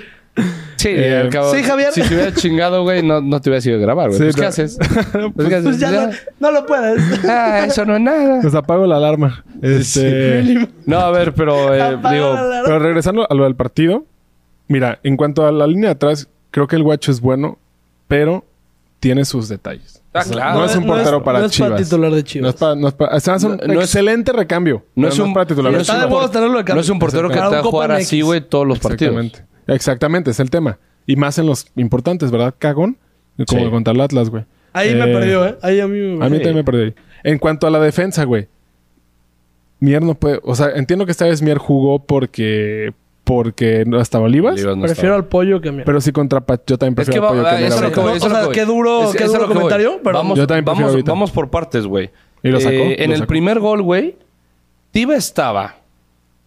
Sí, Eh, al cabo, sí, Javier. Si te hubiera chingado, güey, no, no te hubiera sido grabar, güey. Sí, pues, ¿qué no. haces? Pues, ¿qué haces? Pues ya no, no lo puedes. Ah, eso no es nada. Pues apago la alarma. Este... No, a ver, pero eh, Apaga digo, la alarma. Pero regresando a lo del partido, mira, en cuanto a la línea de atrás, creo que el guacho es bueno, pero tiene sus detalles. Ah, claro. No es un No es- portero para no es para Chivas. titular de Chivas. No es para, no es para, se hace un No- no es- excelente recambio. no pero es un para titular. no de es Está un de Chivas. huevos tenerlo de no es un portero que te va a jugar así, güey, todos los partidos. Exactamente. Exactamente, es el tema. Y más en los importantes, ¿verdad? Cagón. Como Sí. contra el Atlas, güey. Ahí me Eh, perdió, ¿eh? Ahí a mí me A mí perdió. también me perdí. En cuanto a la defensa, güey. Mier no puede... O sea, entiendo que esta vez Mier jugó porque... Porque no estaba Olivas. Olivas no Prefiero estaba. al pollo que a mí. Pero sí contra Pachuca. Yo también Es que prefiero va, al pollo ah, que Mier eso es a lo que Pachuca. voy, O eso es sea, lo que qué voy. duro- Es- qué es duro lo que voy. comentario, pero- vamos, Yo también prefiero vamos, ahorita. vamos por partes, güey. Y lo sacó, Eh, en lo el sacó. primer gol, güey, Tiva estaba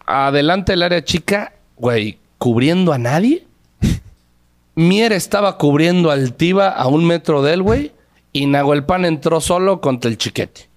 adelante del área chica, güey, cubriendo a nadie. Mier estaba cubriendo al Tiva a un metro de él, güey. Y Nahuel Pan entró solo contra el chiquete.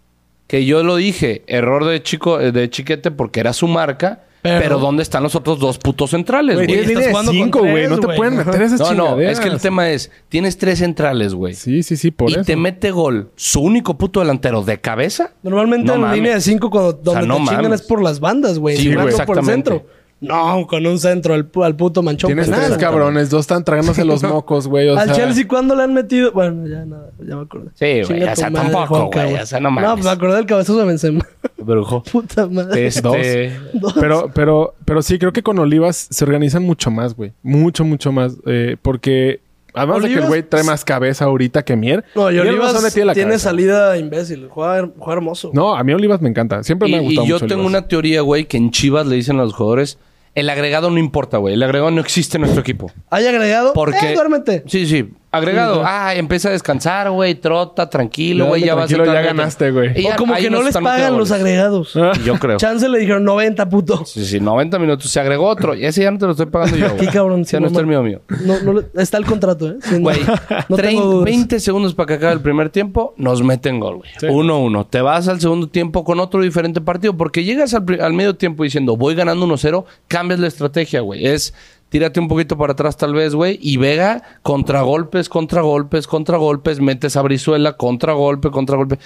Que yo lo dije, error de chico, eh, de chiquete porque era su marca. Pero, Pero- ¿dónde están los otros dos putos centrales, Güey, güey? estás tienes línea de jugando con cinco, güey. tres, No te güey. pueden meter esas No, no, es que el chingaderas. tema es, tienes tres centrales, güey. Sí, sí, sí, por y eso. te mete gol su único puto delantero de cabeza. Normalmente No en mames. línea de 5 cuando donde no te chingan mames. es por las bandas, güey. Sí, Sí, güey, por el exactamente. centro. No, con un centro al, pu- al puto manchón Tienes penal. tres cabrones, dos están tragándose los mocos, güey. O Al sea, Chelsea, ¿cuándo le han metido? Bueno, ya nada, ya me acordé. Sí, güey, Chinga o tu sea, madre, tampoco, Juanca, güey, o sea, no mames. No, pues me acordé del cabezazo de Benzema. Brujo. Puta madre. Este, Dos. Pero, pero, pero sí, creo que con Olivas se organizan mucho más, güey. Mucho, mucho más. eh, porque además de que el Olivas- güey trae más cabeza ahorita que Mier. No, y Mier Olivas razón le la tiene cabeza. salida imbécil. Juega, her- juega hermoso. No, a mí Olivas me encanta. Siempre y, me ha gustado y yo mucho tengo Olivas. una teoría, güey, que en Chivas le dicen a los jugadores, el agregado no importa, güey. El agregado no existe en nuestro equipo. Hay agregado. Porque... Eh, duérmete. Sí, sí. Agregado, ah, empieza a descansar, güey, trota, tranquilo, Ya, güey, ya tranquilo, vas a ya ganaste, güey. Y ya- o como ahí que no nos les están pagan metiendo los goles. agregados. Yo creo. Chance le dijeron 90, puto. Sí, sí, 90 minutos. Se agregó otro. Y ese ya no te lo estoy pagando yo. Qué güey. cabrón. Ya sí, no está el mamá. mío mío. No, no le- está el contrato, ¿eh? Sí, no- Güey, no tengo trein- dudas. 20 segundos para que acabe el primer tiempo, nos meten gol, güey. 1-1. Te vas al segundo tiempo con otro diferente partido, porque llegas al, pri- al medio tiempo diciendo, voy ganando 1-0, cambias la estrategia, güey. Es tírate un poquito para atrás, tal vez, güey, y Vega, contragolpes, contragolpes, contragolpes, metes a Brizuela, contragolpe, contragolpe.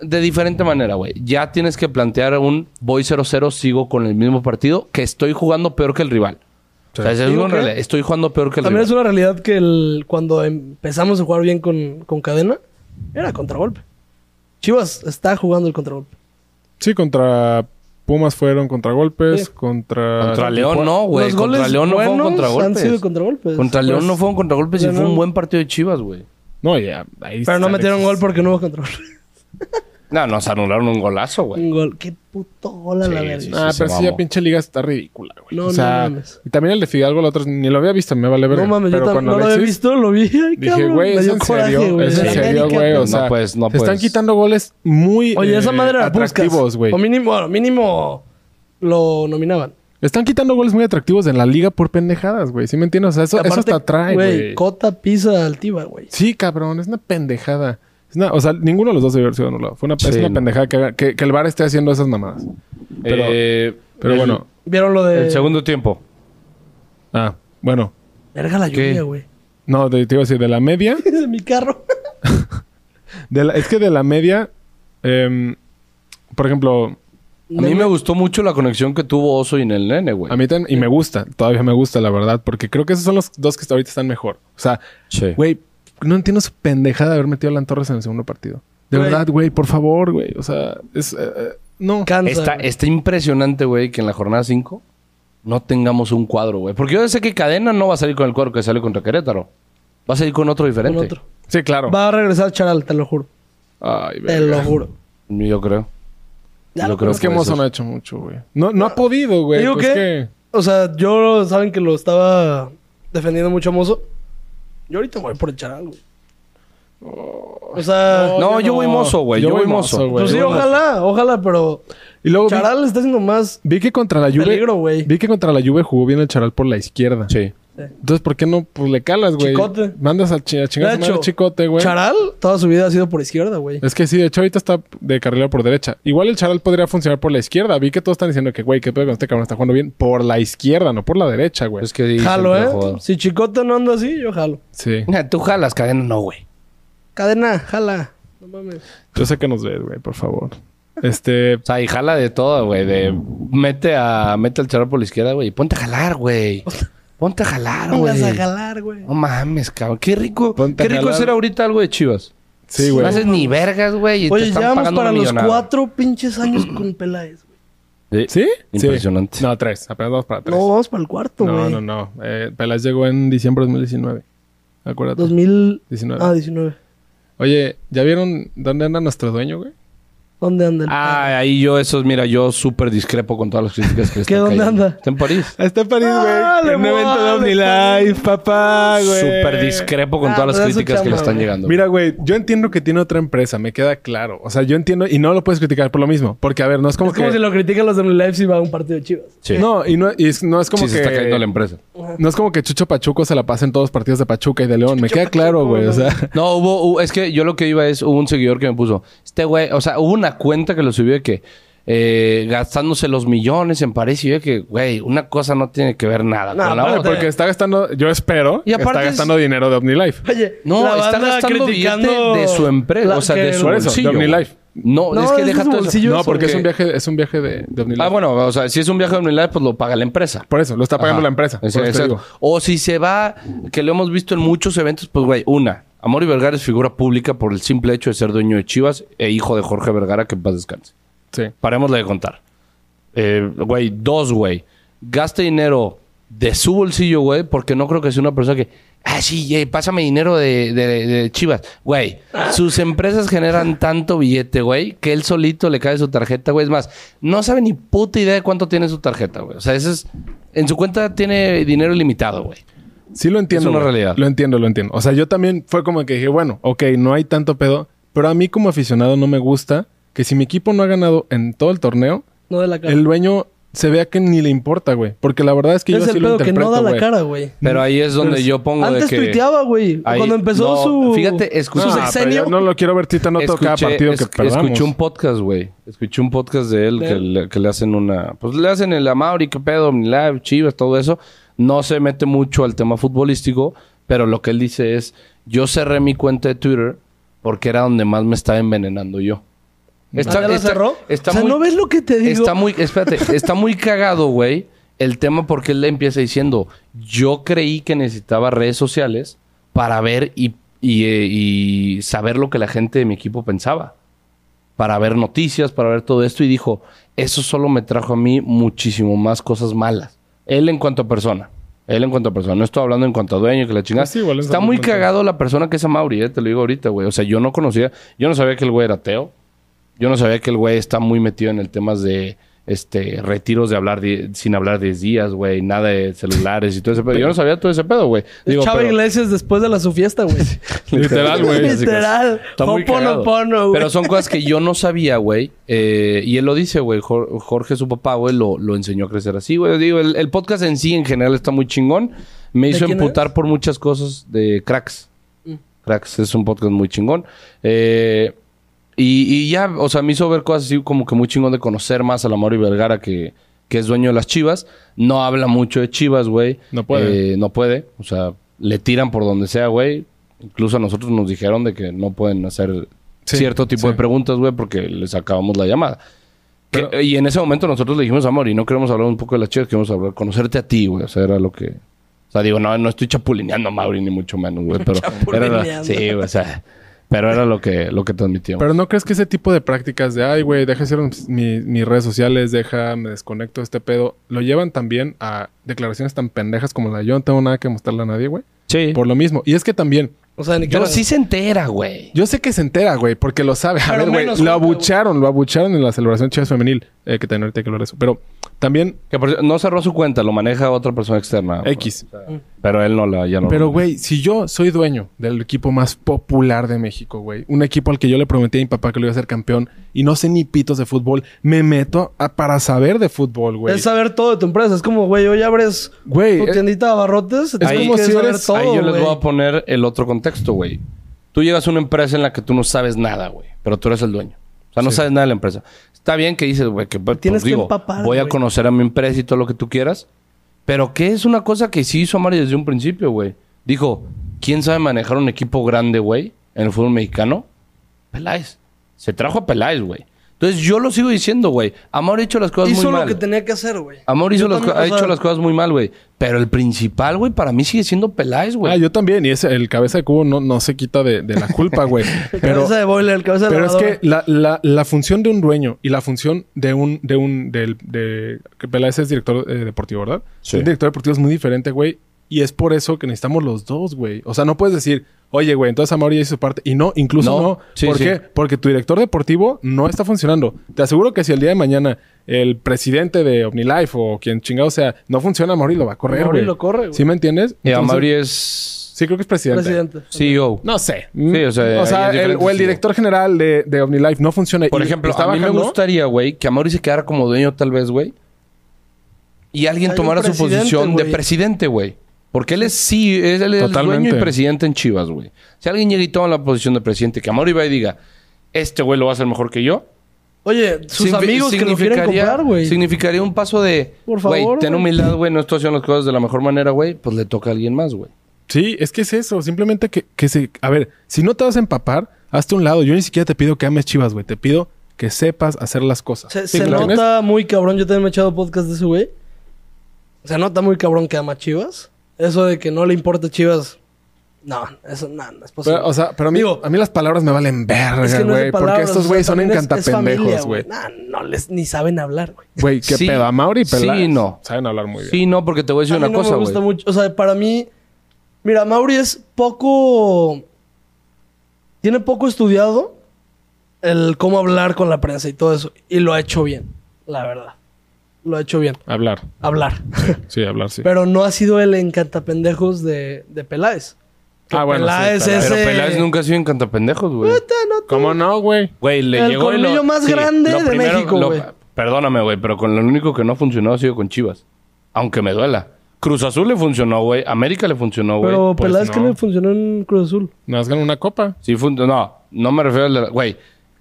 De diferente manera, güey. Ya tienes que plantear un voy 0-0, sigo con el mismo partido, que estoy jugando peor que el rival. O sea, esa es Digo una que- realidad. Estoy jugando peor que el También rival. es una realidad que el, cuando empezamos a jugar bien con, con cadena, era contragolpe. Chivas está jugando el contragolpe. Sí, contra Pumas fueron contragolpes, Sí. contra... Contra León no, güey. Ah, Los Contra goles León no fueron buenos contragolpes. han sido contragolpes. Contra Pues, León no fueron contragolpes y ya fue no. un buen partido de Chivas, güey. No, ya. ahí pues, Pero no está metieron Alexis. gol porque no hubo contragolpe. No, nos anularon un golazo, güey. Un gol. Qué puto gol a la Sí, verga. sí, sí. Ah, pero se sí, ya mamó. pinche liga está ridícula, güey. No, o sea, no mames. y también el de Fidalgo, el otro ni lo había visto, me vale verga. No mames, yo pero tam- cuando no lo había Alexis- visto, lo vi. Ay, Dije, cabrón, güey, me es dio en coraje, serio, güey. es en La serio, América, güey. O no sea, puedes, no se están puedes. quitando goles muy Oye, esa eh, madre la buscas. atractivos, güey. O mínimo, bueno, mínimo lo nominaban. Están quitando goles muy atractivos en la liga por pendejadas, güey. ¿Sí me entiendes? O sea, eso, eso Aparte, hasta atrae, güey. Cota pisa altiva, güey. Sí, cabrón, es una pendejada. Es una- o sea, ninguno de los dos debió haber sido anulado. Fue una, es Sí, una no. pendejada que, haga- que- que el VAR esté haciendo esas mamadas. Pero, Eh, pero el- bueno. ¿Vieron lo de. El segundo tiempo. Ah, bueno. Verga la ¿Qué? lluvia, güey. No, te, te iba a decir, de la media. de mi carro. de la- es que de la media, em, por ejemplo, A mí me gustó mucho la conexión que tuvo Oso y en el nene, güey. a mí también, y me gusta, todavía me gusta, la verdad, porque creo que esos son los dos que hasta ahorita están mejor. O sea, Sí. güey, no entiendo su pendejada de haber metido a Alan Torres en el segundo partido. De Güey. verdad, güey, por favor, güey. O sea, es. eh, eh, no. cansa. Está, güey. está impresionante, güey, que en la jornada 5 no tengamos un cuadro, güey. Porque yo sé que Cadena no va a salir con el cuadro que salió contra Querétaro. Va a salir con otro Con diferente. otro. Sí, claro. Va a regresar Charal, te lo juro. Ay, Te verga. lo juro. Yo creo. Ya Yo lo creo Es que puede Mozo ser. no ha hecho mucho, güey. No, no ha podido, güey. Ah, Digo Pues que- que- O sea, yo saben que lo estaba defendiendo mucho a Mozo. Yo ahorita me voy por el Charal, güey. o sea, No, yo voy Mozo, güey. Yo voy Mozo. güey. pues sí, Yo voy Mozo. ojalá, ojalá, pero Y luego vi, Charal está haciendo más vi que contra la Juve... peligro, güey. Vi que contra la Juve jugó bien el Charal por la izquierda. Sí. Entonces, ¿por qué no pues, le calas, güey? Chicote. Mandas a, chi- a chingar a su De hecho, madre Chicote, güey. Charal toda su vida ha sido por izquierda, güey. Es que sí, de hecho ahorita está de carrilero por derecha. Igual el Charal podría funcionar por la izquierda. Vi que todos están diciendo que, güey, qué pedo con este cabrón está jugando bien por la izquierda, no por la derecha, güey. Es que ahí Jalo, siempre ha ¿eh? jugado. Si Chicote no anda así, yo jalo. Sí. Nah, Tú jalas, Cadena no, güey. Cadena, jala. No mames. Yo sé que nos ves, güey, por favor. Este, O sea, y jala de todo, güey. De mete a mete al charro por la izquierda, güey. y Ponte a jalar, güey. Ponte a jalar, Ah, güey. Pongas a jalar, güey. No mames, cabrón. Qué rico. Ponte a qué rico jalar. hacer ahorita algo de Chivas. sí, No güey. haces ni vergas, güey. Y te Oye, están ya vamos pagando para una los millonada. cuatro pinches años con Peláez, güey. ¿Sí? Impresionante. Sí. No, tres. Apenas vamos para tres. No, vamos para el cuarto, güey. no, no, no. Eh, Peláez llegó en diciembre de 2019. Acuérdate. 2000... 19. Ah, 19. Oye, ¿ya vieron dónde anda nuestro dueño, güey? ¿Dónde anda el Ah, ahí yo esos, mira, yo súper discrepo con todas las críticas que le ¿Qué, están dónde cayendo. anda? Está en París. Está en París, Ah, güey. le En un evento de vale, OmniLife, papá, güey. Súper discrepo con Ah, todas las pero es su críticas que le chamba, están güey. llegando. Mira, güey, yo entiendo que tiene otra empresa, me queda claro. O sea, yo entiendo y no lo puedes criticar por lo mismo. Porque, a ver, no es como Es que. como si lo critican los de mi live si va a un partido de Chivas. Sí. No, y no, y es, no es como Sí, se que. está cayendo la empresa. no es como que Chucho Pachuco se la pasa en todos los partidos de Pachuca y de León. me queda claro, güey. O sea, No, hubo, hu- es que yo lo que iba es, hubo un seguidor que me puso, este güey, o sea, hubo una cuenta que lo subió de que eh, gastándose los millones en París y yo de que, güey, una cosa no tiene que ver nada No, con la aparte- otra. porque está gastando, yo espero, que Y está aparte es- gastando dinero de OmniLife. Oye, No, la está banda gastando billete criticando de su empresa, la- o sea, que de su Por eso, bolsillo. de güey. OmniLife. No, No, es que es de deja su todo eso. bolsillo. No, porque es porque- un viaje, es un viaje de, de OmniLife. Ah, bueno, o sea, si es un viaje de OmniLife, pues lo paga la empresa. Por eso, lo está pagando Ajá. la empresa. Ese- por eso te exacto. digo. O si se va, que lo hemos visto en muchos eventos, pues güey, una. Amor y Vergara es figura pública por el simple hecho de ser dueño de Chivas e hijo de Jorge Vergara, que en paz descanse. Sí. Parémosle de contar. Eh, güey, dos, güey. Gasta dinero de su bolsillo, güey, porque no creo que sea una persona que. Ah, sí, eh, pásame dinero de, de- de Chivas. Güey, sus empresas generan tanto billete, güey, que él solito le cae su tarjeta, güey. Es más, no sabe ni puta idea de cuánto tiene su tarjeta, güey. O sea, eso es. En su cuenta tiene dinero ilimitado, güey. Sí lo entiendo. Es una güey. realidad. Lo entiendo, lo entiendo. O sea, yo también fue como que dije, bueno, ok, no hay tanto pedo, pero a mí como aficionado no me gusta que si mi equipo no ha ganado en todo el torneo, No de la cara. el dueño se vea que ni le importa, güey. Porque la verdad es que es yo el sí lo pedo que interpreto, no da la güey. cara, güey. Pero ahí es donde Entonces, yo pongo Antes de que... tuiteaba, güey. ahí- Cuando empezó no, su. fíjate, escucha- su No, Ah, pero sexenio. yo no lo quiero ver, Tita, no toca cada Escuché- partido que es- perdamos. Escuché un podcast, güey. Escuché un podcast de él ¿De que él? le, que le hacen una... Pues le hacen el Amauri, qué pedo, Omnilive, Chivas, todo eso. No se mete mucho al tema futbolístico, pero lo que él dice es... Yo cerré mi cuenta de Twitter porque era donde más me estaba envenenando yo. ¿Ah, ya la cerró? está o sea, muy- ¿no ves lo que te digo? Está muy, espérate, está muy cagado, güey, el tema porque él le empieza diciendo, yo creí que necesitaba redes sociales para ver y, y, eh, y saber lo que la gente de mi equipo pensaba, para ver noticias, para ver todo esto, y dijo, eso solo me trajo a mí muchísimo más cosas malas. Él en cuanto a persona. Él en cuanto a persona, no estoy hablando en cuanto a dueño que la chingada. Pues sí, igual es Está algo muy mental. cagado la persona que es a Mauri, eh, te lo digo ahorita, güey. O sea, yo no conocía, yo no sabía que el güey era ateo. Yo no sabía que el güey está muy metido en el temas de este retiros de hablar di- sin hablar 10 días, güey, nada de celulares y todo ese pedo. Yo no sabía todo ese pedo, güey. Es Digo, Chava pero- Iglesias después de la su fiesta, güey. Literal, güey. Literal. Está muy cagado. Hoponopono, güey. Pero son cosas que yo no sabía, güey. Eh, y él lo dice, güey. Jor- Jorge, su papá, güey, lo, lo enseñó a crecer así, güey. Digo, el, el podcast en sí, en general, está muy chingón. Me hizo quién Mm. emputar por muchas cosas de cracks. Cracks es un podcast muy chingón. Eh, y, y ya, o sea, me hizo ver cosas así como que muy chingón de conocer más a la Mauri Vergara, que, que es dueño de las chivas. No habla mucho de chivas, güey. No puede. Eh, no puede. O sea, le tiran por donde sea, güey. Incluso a nosotros nos dijeron de que no pueden hacer Sí, cierto tipo sí. de preguntas, güey, porque les acabamos la llamada. Que- Pero- y en ese momento nosotros le dijimos a Mauri, no queremos hablar un poco de las chivas, queremos hablar, conocerte a ti, güey. O sea, era lo que... O sea, digo, no, no estoy chapulineando a Mauri, ni mucho menos, güey. Pero era la- Chapulineando. Sí, güey, o sea... Pero era lo que, lo que transmitíamos. Pero no crees que ese tipo de prácticas de, ay, güey, deja de hacer mis, mi- mis redes sociales, deja, me desconecto de este pedo, lo llevan también a declaraciones tan pendejas como la de, yo no tengo nada que mostrarle a nadie, güey. sí. Por lo mismo. Y es que también, O sea, ni Pero cara- sí se entera, güey. yo sé que se entera, güey, porque lo sabe. A Pero ver, güey, menos lo junta, güey. abucharon, lo abucharon en la celebración Chivas Femenil, eh, que también ahorita hay que hablar de eso. Pero también, Que por- no cerró su cuenta, lo maneja otra persona externa. güey. X. Pero él no la... Ya no Pero, lo- güey, si yo soy dueño del equipo más popular de México, güey, un equipo al que yo le prometí a mi papá que lo iba a hacer campeón y no sé ni pitos de fútbol, me meto a- para saber de fútbol, güey. Es saber todo de tu empresa. Es como, güey, hoy abres Güey, tu eh, tiendita de abarrotes. Es como si saber eres- todo, Ahí yo les güey. voy a poner el otro contexto, güey. Tú llegas a una empresa en la que tú no sabes nada, güey. Pero tú eres el dueño. O sea, no sabes nada de la empresa. Está bien que dices, güey, que pues, tienes que digo, empapar, voy a güey. conocer a mi empresa y todo lo que tú quieras. Pero que es una cosa que sí hizo Amari desde un principio, güey. Dijo, ¿quién sabe manejar un equipo grande, güey, en el fútbol mexicano? Peláez. Se trajo a Peláez, güey. Entonces yo lo sigo diciendo, güey. Amor ha hecho las cosas Hizo muy lo mal. que tenía que hacer, güey. Amor Yo hizo las también, co- ha o sea, hecho las cosas muy mal, güey. Pero el principal, güey, para mí sigue siendo Peláez, güey. Ah, yo también. Y ese, el cabeza de cubo no, no se quita de, de la culpa, güey. pero cabeza de boiler, cabeza de pero es lavadora. que la, la- la función de un dueño y la función de un... De un del, de, que Peláez es director eh, deportivo, ¿verdad? Sí. El director deportivo es muy diferente, güey. Y es por eso que necesitamos los dos, güey. O sea, no puedes decir... Oye, güey, entonces Amaury ya hizo su parte. Y no, incluso No. no. Sí, ¿Por sí. qué? Porque tu director deportivo no está funcionando. Te aseguro que si el día de mañana el presidente de OmniLife o quien chingado sea no funciona, Amaury lo va a correr, Amaury güey. lo corre, güey. ¿Sí me entiendes? Y Entonces- Amaury es Sí, creo que es Presidente. CEO. no sé. o sea, ahí es el, diferente, o el sí. director general de, de OmniLife no funciona. Por y ejemplo, está a mí me bajando. gustaría, güey, que Amaury se quedara como dueño tal vez, güey. Y alguien Hay un tomara su presidente, posición de güey. presidente, güey. Porque él es sí, es- él es el Totalmente. dueño y presidente en Chivas, güey. Si alguien llega y toma la posición de presidente, que Amaury va y diga, este güey lo va a hacer mejor que yo. Oye, sus signifi- amigos que lo quieren significaría- comprar, güey. Significaría un paso de, Por güey, favor, ten güey. humildad, güey, no estoy haciendo las cosas de la mejor manera, güey. Pues le toca a alguien más, güey. Sí, es que es eso. Simplemente que, que se. A ver, si no te vas a empapar, hazte un lado. Yo ni siquiera te pido que ames chivas, güey. Te pido que sepas hacer las cosas. Se, Sí, se claro. nota muy cabrón. Yo también me he echado podcast de ese güey. Se nota muy cabrón que ama a Chivas. Eso de que no le importa Chivas. No, eso no, no es posible. Pero, o sea, pero a mí, Digo, a mí las palabras me valen verga, güey. es que no es de palabras, porque estos o güeyes sea, son también es- es familia, encantapendejos, güey. Nah, no les ni saben hablar, güey. Güey, qué Sí. pedo. A Mauri y Sí, Peláez no. Saben hablar muy bien. Sí, no, porque te voy a decir A mí una no cosa, me güey. gusta mucho. O sea, para mí. Mira, Mauri es poco. Tiene poco estudiado el cómo hablar con la prensa y todo eso. Y lo ha hecho bien, la verdad. lo ha hecho bien. Hablar. Hablar. Sí, hablar, sí. Pero no ha sido el encantapendejos de, de Peláez. Que Ah, bueno, sí, Peláez Peláez. es Pero el- Peláez nunca ha sido encantapendejos, güey. Puta, no pues, te- ¿Cómo no, güey? Güey, le El llegó colmillo más grande de México, lo- güey. Perdóname, güey, pero con lo único que no ha funcionado ha sido con Chivas. Aunque me duela. Cruz Azul le funcionó, güey. América le funcionó, güey. Pero pues Peláez que no. le funcionó en Cruz Azul. Nada más ganó una copa. Sí funcionó. No, no me refiero al... de la- Güey,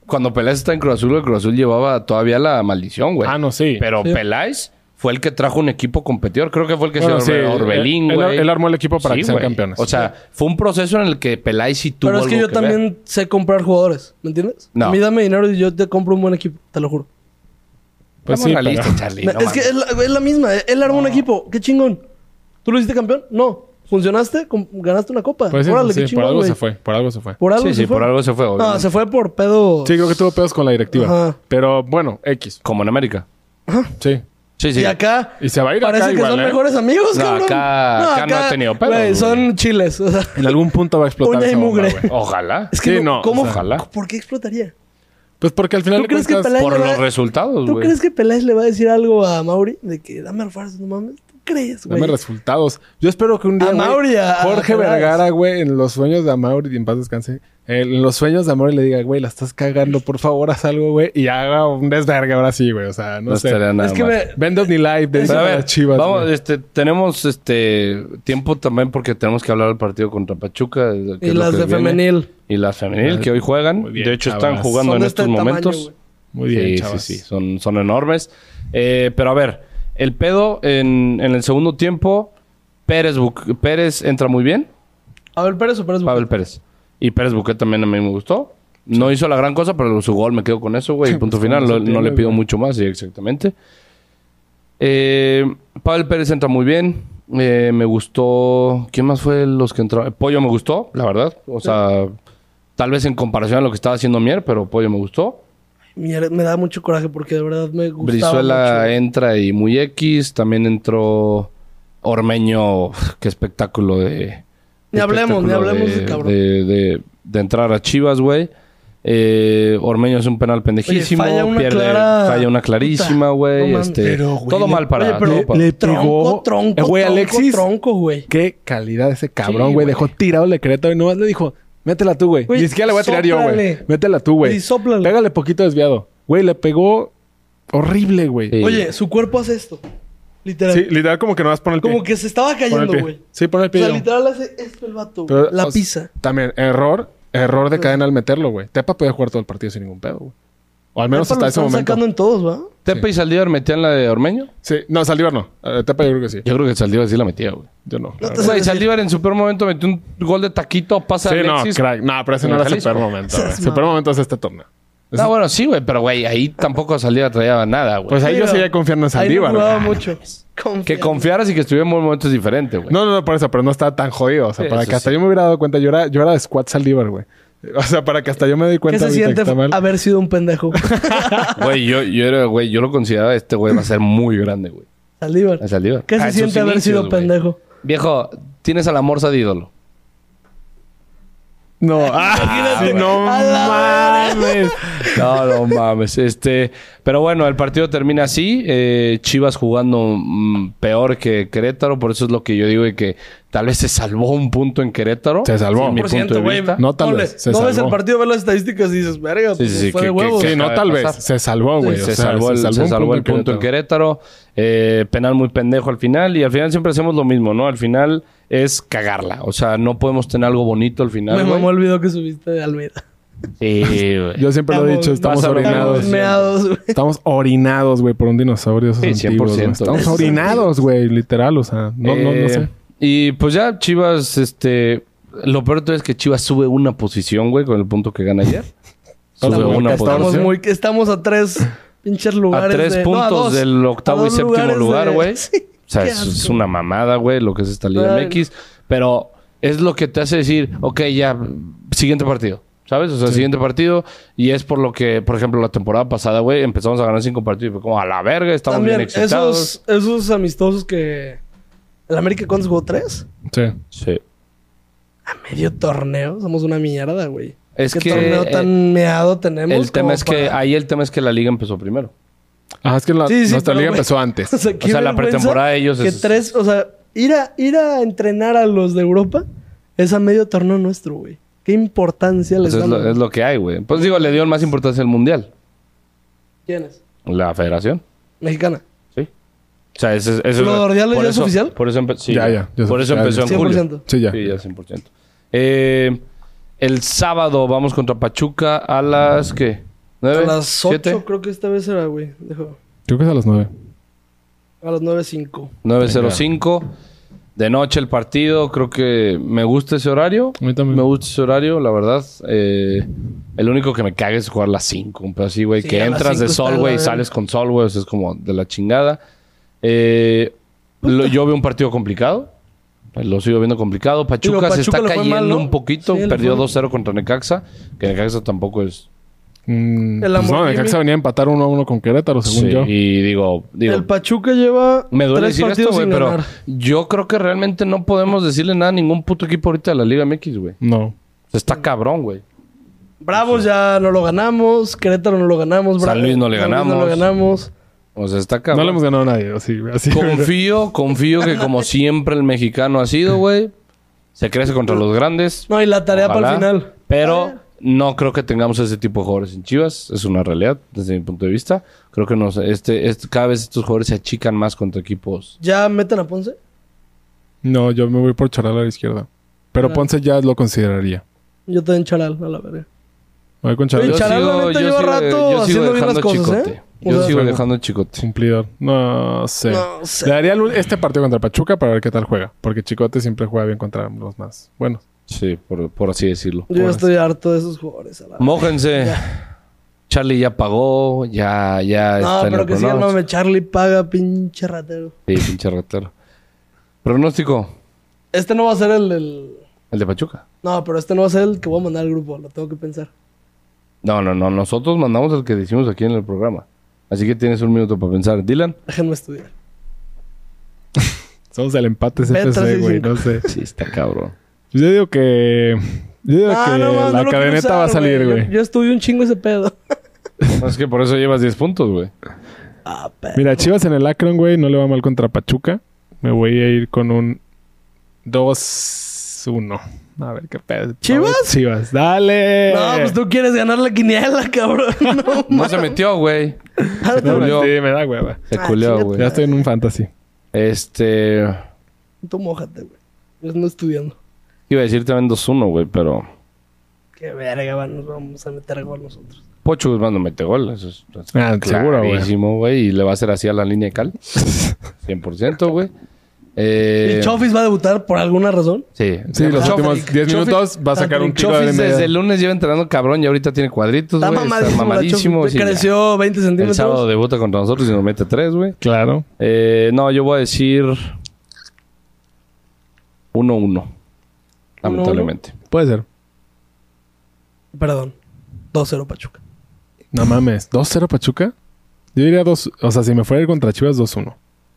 cuando Peláez está en Cruz Azul, el Cruz Azul llevaba todavía la maldición, güey. Ah, no, sí. Pero Sí. Peláez fue el que trajo un equipo competidor. Creo que fue el que Bueno, se sí, eh, Orbe- Orbelín, él- güey. él armó el equipo para que sean güey. campeones. O sea, fue un proceso en el que Peláez sí tuvo Pero es que algo yo ver. también sé comprar jugadores, ¿me entiendes? No. A mí dame dinero y yo te compro un buen equipo, te lo juro. Pues Estamos sí, realistas, pero- Charlie. Me- no es mames. que es la, es la misma. eh, Él armó un equipo. Qué chingón. ¿Tú lo hiciste campeón? No. ¿Funcionaste? Com- ¿Ganaste una copa? Pues sí, Órale, sí, qué chingón, por algo güey. se fue, por algo se fue. Por algo Sí, se sí, fue. por algo se fue, No, obviamente. se fue por pedo. Sí, creo que tuvo pedos con la directiva. Ajá. Pero bueno, X. Como en América. Sí. Sí, sí. Y acá... Y se va a ir Parece acá que igual, son ¿eh? mejores amigos, No, cabrón. acá- acá no ha tenido pedos, güey, güey. son chiles. O sea, En algún punto va a explotar Uña y esa bomba, mugre. güey. Ojalá. es que Sí, no, no, ¿cómo? ojalá. ¿Por qué explotaría? Pues porque al final ¿Tú de crees que cuentas- Peláez Por le va- los resultados, ¿Tú Pues, güey. crees que Peláez le va a decir algo a Mauri? De que dame refuerzos, no mames. ¿Tú crees, güey? Dame resultados. Yo espero que un día. A güey, Mauri, a- Jorge a Peláez. Vergara, güey, en los sueños de Amauri, en paz descanse. eh, En los sueños de Amauri le diga, güey, la estás cagando, por favor, haz algo, güey. Y haga un desvergue ahora sí, güey. O sea, no, No sé. estaría nada Es que mal. me- Vend Up Ni Live, de Pero a ver, las chivas. vamos, güey. este, tenemos este tiempo también porque tenemos que hablar del partido contra Pachuca. que Y es lo las que de viene. femenil. Y las femenil que hoy juegan. Muy bien, de hecho, están chavas. jugando Son en de estos este tamaño, momentos. güey. Muy bien, sí, chavas. sí, sí, son, son enormes. Eh, pero a ver, el pedo en, en el segundo tiempo, Pérez, Buc- Pérez entra muy bien, Abel Pérez o Pérez Bucay? Pavel Pérez. Y Pérez Buquet también a mí me gustó. No hizo la gran cosa, pero su gol me quedo con eso, güey. Sí, Punto pues, final, con no, eso no le tienes, pido güey. mucho más, sí, exactamente. Eh, Pavel Pérez entra muy bien. Eh, me gustó. ¿Quién más fue los que entraron? Pollo me gustó, la verdad. O sea, tal vez en comparación a lo que estaba haciendo Mier, pero Pollo me gustó. Mierda, me da mucho coraje porque de verdad me gustaba Brizuela mucho. entra y muy X. También entró Ormeño. Qué espectáculo de. Ni qué hablemos, ni espectáculo hablemos de cabrón. De, de- de entrar a Chivas, güey. Eh, Ormeño es un penal pendejísimo. falla una pierde, clara. falla una clarísima, Puta, güey. no mames. este, Pero, güey, todo le- mal para. Oye, pero todo para- le- tronco, pegó- tronco, Eh, güey, tronco, Alexis. tronco, güey. Qué calidad ese cabrón, Sí, güey. güey. Dejó tirado el Querétaro y nomás le dijo, métela tú, güey. Güey, Ni siquiera le voy a tirar yo, güey. sóplale. Métela tú, güey. Sí, sóplale. Pégale poquito desviado. Güey, le pegó horrible, güey. Sí. Oye, su cuerpo hace esto. Literal. Sí, literal como que nomás pone el pie. Como que se estaba Pone el cayendo, pie. güey. Sí, pone el O pie. sea, yo. literal hace esto el vato. Pero, güey. la o sea, pisa. También, error, error de cadena al meterlo, güey. Tepa podía jugar todo el partido sin ningún pedo, güey. O al menos Epa, hasta lo ese están momento. sacando en todos, ¿va? Tepe y Saldívar metían la de Ormeño. Sí, no, Saldívar no. Eh, Tepa yo creo que sí. Yo creo que Saldívar sí la metía, güey. Yo no. No te Güey, Sí. Saldívar en su peor momento metió un gol de taquito, pasa Sí, no, Alexis. crack. No, pero ese no En era su Jalisco. peor momento, güey. Esas Su peor momento es este torneo. No, Ah, bueno, sí, güey, pero güey, ahí tampoco Saldívar traía nada, güey. Pues ahí yo Mira, seguía confiando en Saldívar, Ahí no jugaba güey. mucho. Que Confía. confiaras y que estuviera en buen momento es diferente, güey. No, no, no, por eso, pero no estaba tan jodido. O sea, Sí, para eso que hasta sí. yo me hubiera dado cuenta, yo era, yo era de Squad Saldívar, güey. O sea, para que hasta yo me doy ¿Qué cuenta se ahorita que siente está mal. haber sido un pendejo? Güey, yo, yo era, güey, yo lo consideraba este güey va a ser muy grande, güey. Saldívar. A Saldívar. ¿Qué A se sus siente haber inicios, sido güey. pendejo? Viejo, tienes a la morsa de ídolo. No, ah, sí, no A la mames. No, no mames. Este, pero bueno, el partido termina así. eh, Chivas jugando mm, peor que Querétaro. Por eso es lo que yo digo de que tal vez se salvó un punto en Querétaro. Se salvó. Desde mi punto de güey. vista. No, tal Ponle, vez, se no ves salvó. el partido, ves las estadísticas y dices, verga, Sí, sí, sí, fue que- de huevos. que- Sí, no, acaba de tal pasar. vez. Pues Se salvó, güey. se, o sea, salvó el, se un salvó el punto en Querétaro. Querétaro. Eh, penal muy pendejo al final. Y al final siempre hacemos lo mismo, ¿no? Al final es cagarla. O sea, no podemos tener algo bonito al final. Me güey. Eh, mamó el video que subiste de Almeida. Sí, güey. Yo siempre lo he Estamos dicho, estamos más orinados. orinados. Estamos meados, güey. Estamos orinados, güey, por un dinosaurio. Esos Sí, antiguos, güey. 100%, Estamos güey. orinados, güey, literal. O sea, no, no, no Eh, sé. Y pues ya Chivas, este... Lo peor de todo es que Chivas sube una posición, güey, con el punto que gana ayer. sube Estamos- una Estamos posición. muy... Estamos a tres pinches a lugares tres de- no, puntos a dos. del A octavo y dos séptimo lugares lugar, de- güey. Sí, O sea, qué es, asco. es una mamada, güey, lo que es esta Liga Ay. MX. Pero es lo que te hace decir, ok, ya, siguiente partido. ¿Sabes? O sea, siguiente partido. Y es por lo que, por ejemplo, la temporada pasada, güey, empezamos a ganar cinco partidos. Y fue como, a la verga, estamos También, bien excitados. esos, esos amistosos que... ¿El América cuántos jugó? ¿Tres? Sí. Sí. A medio torneo. Somos una mierda, güey. Es ¿Qué que, torneo eh, tan meado tenemos? El tema como es que, para- ahí el tema es que la liga empezó primero. Ah, es que la- Sí, sí, nuestra pero, liga güey. empezó antes. O sea, qué O sea, la vergüenza pretemporada de ellos que es- tres, o sea, ir a, ir a entrenar a los de Europa es a medio torneo nuestro, güey. Qué importancia les Pues es, damos. lo, es lo que hay, güey. Pues digo, le dio más importancia al mundial. ¿Quién es? La federación. Mexicana. Sí. O sea, ese, ese ¿Lo de Ordiales por ya es eso- oficial? Por eso, empe- sí, Ya, güey. ya, ya es por eso oficial, empezó ya. en julio. 100%. Sí, ya. Sí, ya 100%. Eh, el sábado vamos contra Pachuca a las ¿qué? A ¿Nueve? las ¿Siete? 8 creo que esta vez era, güey. Dejo. Creo que es a las nueve. A las 9.05. 9.05. De noche el partido. Creo que me gusta ese horario. A mí también. Me gusta ese horario, la verdad. Eh, el único que me caga es jugar las 5. Pero así, güey, Sí, que a las entras de cinco sol, está güey, la y verga. sales con sol, güey. o sea, es como de la chingada. Eh, lo- yo veo un partido complicado. eh, Lo sigo viendo complicado. Pachuca, Digo, se está Pachuca le fue cayendo mal, ¿no? un poquito. Sí, le Perdió fue- 2-0 contra Necaxa. Que Necaxa tampoco es. Mm, El pues no, Lamborghini. Necaxa venía a empatar uno a uno con Querétaro, según Sí, yo. Y digo, digo. El Pachuca lleva Me duele tres decir partidos esto, güey, sin pero ganar. yo creo que realmente no podemos decirle nada a ningún puto equipo ahorita de la Liga MX, güey. No. O sea, está cabrón, güey. Bravos ya no lo ganamos. Querétaro no lo ganamos. San Bra- Luis no le No ganamos. lo ganamos. O sea, está No le cabrón. hemos ganado a nadie, así, güey, así. confío, confío que como siempre el mexicano ha sido, güey, se crece contra los grandes. No, y la tarea para Ojalá. el final. Pero no creo que tengamos ese tipo de jugadores en Chivas. Es una realidad desde mi punto de vista. Creo que nos, este, este- cada vez estos jugadores se achican más contra equipos. ¿Ya meten a Ponce? No, yo me voy por Charal a la izquierda. Pero Ah. Ponce ya lo consideraría. Yo estoy en Charal, a la verga. Me voy con Oye, Charal. Charal- la neta, lleva rato haciendo bien las cosas, chicote. ¿eh? O Yo sea- sigo dejando chicote. Cumplidor. No sé. No sé. Le daría el ul- este partido contra Pachuca para ver qué tal juega. Porque Chicote siempre juega bien contra los más. Bueno, Sí, por, por así decirlo. Yo ya estoy harto de esos jugadores, a la verga. Mójense. Charlie ya pagó, ya, No, ya está en pero el que sí, no pronóstico. me Charlie paga, pinche ratero. Sí, pinche ratero. Pronóstico, Este no va a ser el, el- el de Pachuca. No, pero este no va a ser el que voy a mandar al grupo, lo tengo que pensar. No, no, no. Nosotros mandamos el que decimos aquí en el programa. Así que tienes un minuto para pensar. Dylan. Déjenme estudiar. somos el empate Ve CFC, güey. 3-5. No sé. Sí, está cabrón. Yo digo que. Yo digo que Ah, mames, la lo quiero cadeneta usar, va a salir, Yo- güey. Yo, estudio un chingo ese pedo. es que por eso llevas 10 puntos, güey. ah, pero. Mira, Chivas en el Akron, güey, no le va mal contra Pachuca. Me voy a ir con un 2-1. A ver qué pedo. ¿Chivas? Chivas, dale. No, pues tú quieres ganar la quiniela, cabrón. No, Ah, No se metió, güey. mames. No, Julio. sí, me da hueva. Se Ah, culeó, chinga tu Pues Ya güey. estoy en un fantasy. Este. Tú mojate, güey. Yo no estudiando. Iba a decir también 2-1, güey, pero. Qué verga, va, nos vamos a meter gol nosotros. Pocho Guzmán no mete gol. Eso es. es Ah, seguro, güey. clarísimo, güey. Y le va a hacer así a la línea de cal. 100%, güey. Eh, pues, ¿El Chofis va a debutar por alguna razón? Sí, Sí, los Chofis- últimos 10 Chofis- minutos va a sacar un tiro de Chofis media. desde el lunes lleva entrenando cabrón y ahorita tiene cuadritos, Está güey. mamadísimo. Está la mamadísimo. Chofis. sí, ya. creció 20 el centímetros. sábado debuta contra nosotros y nos mete tres, güey. Claro. Eh, no, yo voy a decir 1-1. Lamentablemente. Puede ser. Perdón. 2-0 Pachuca. No mames. ¿2-0 Pachuca? Yo diría 2... O sea, si me fuera a ir contra Chivas, 2-1.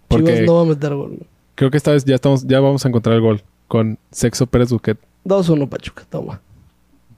Porque Chivas no va a meter gol. creo que esta vez ya, estamos, ya vamos a encontrar el gol. Con Sexo Pérez Buquet. 2-1 Pachuca, toma.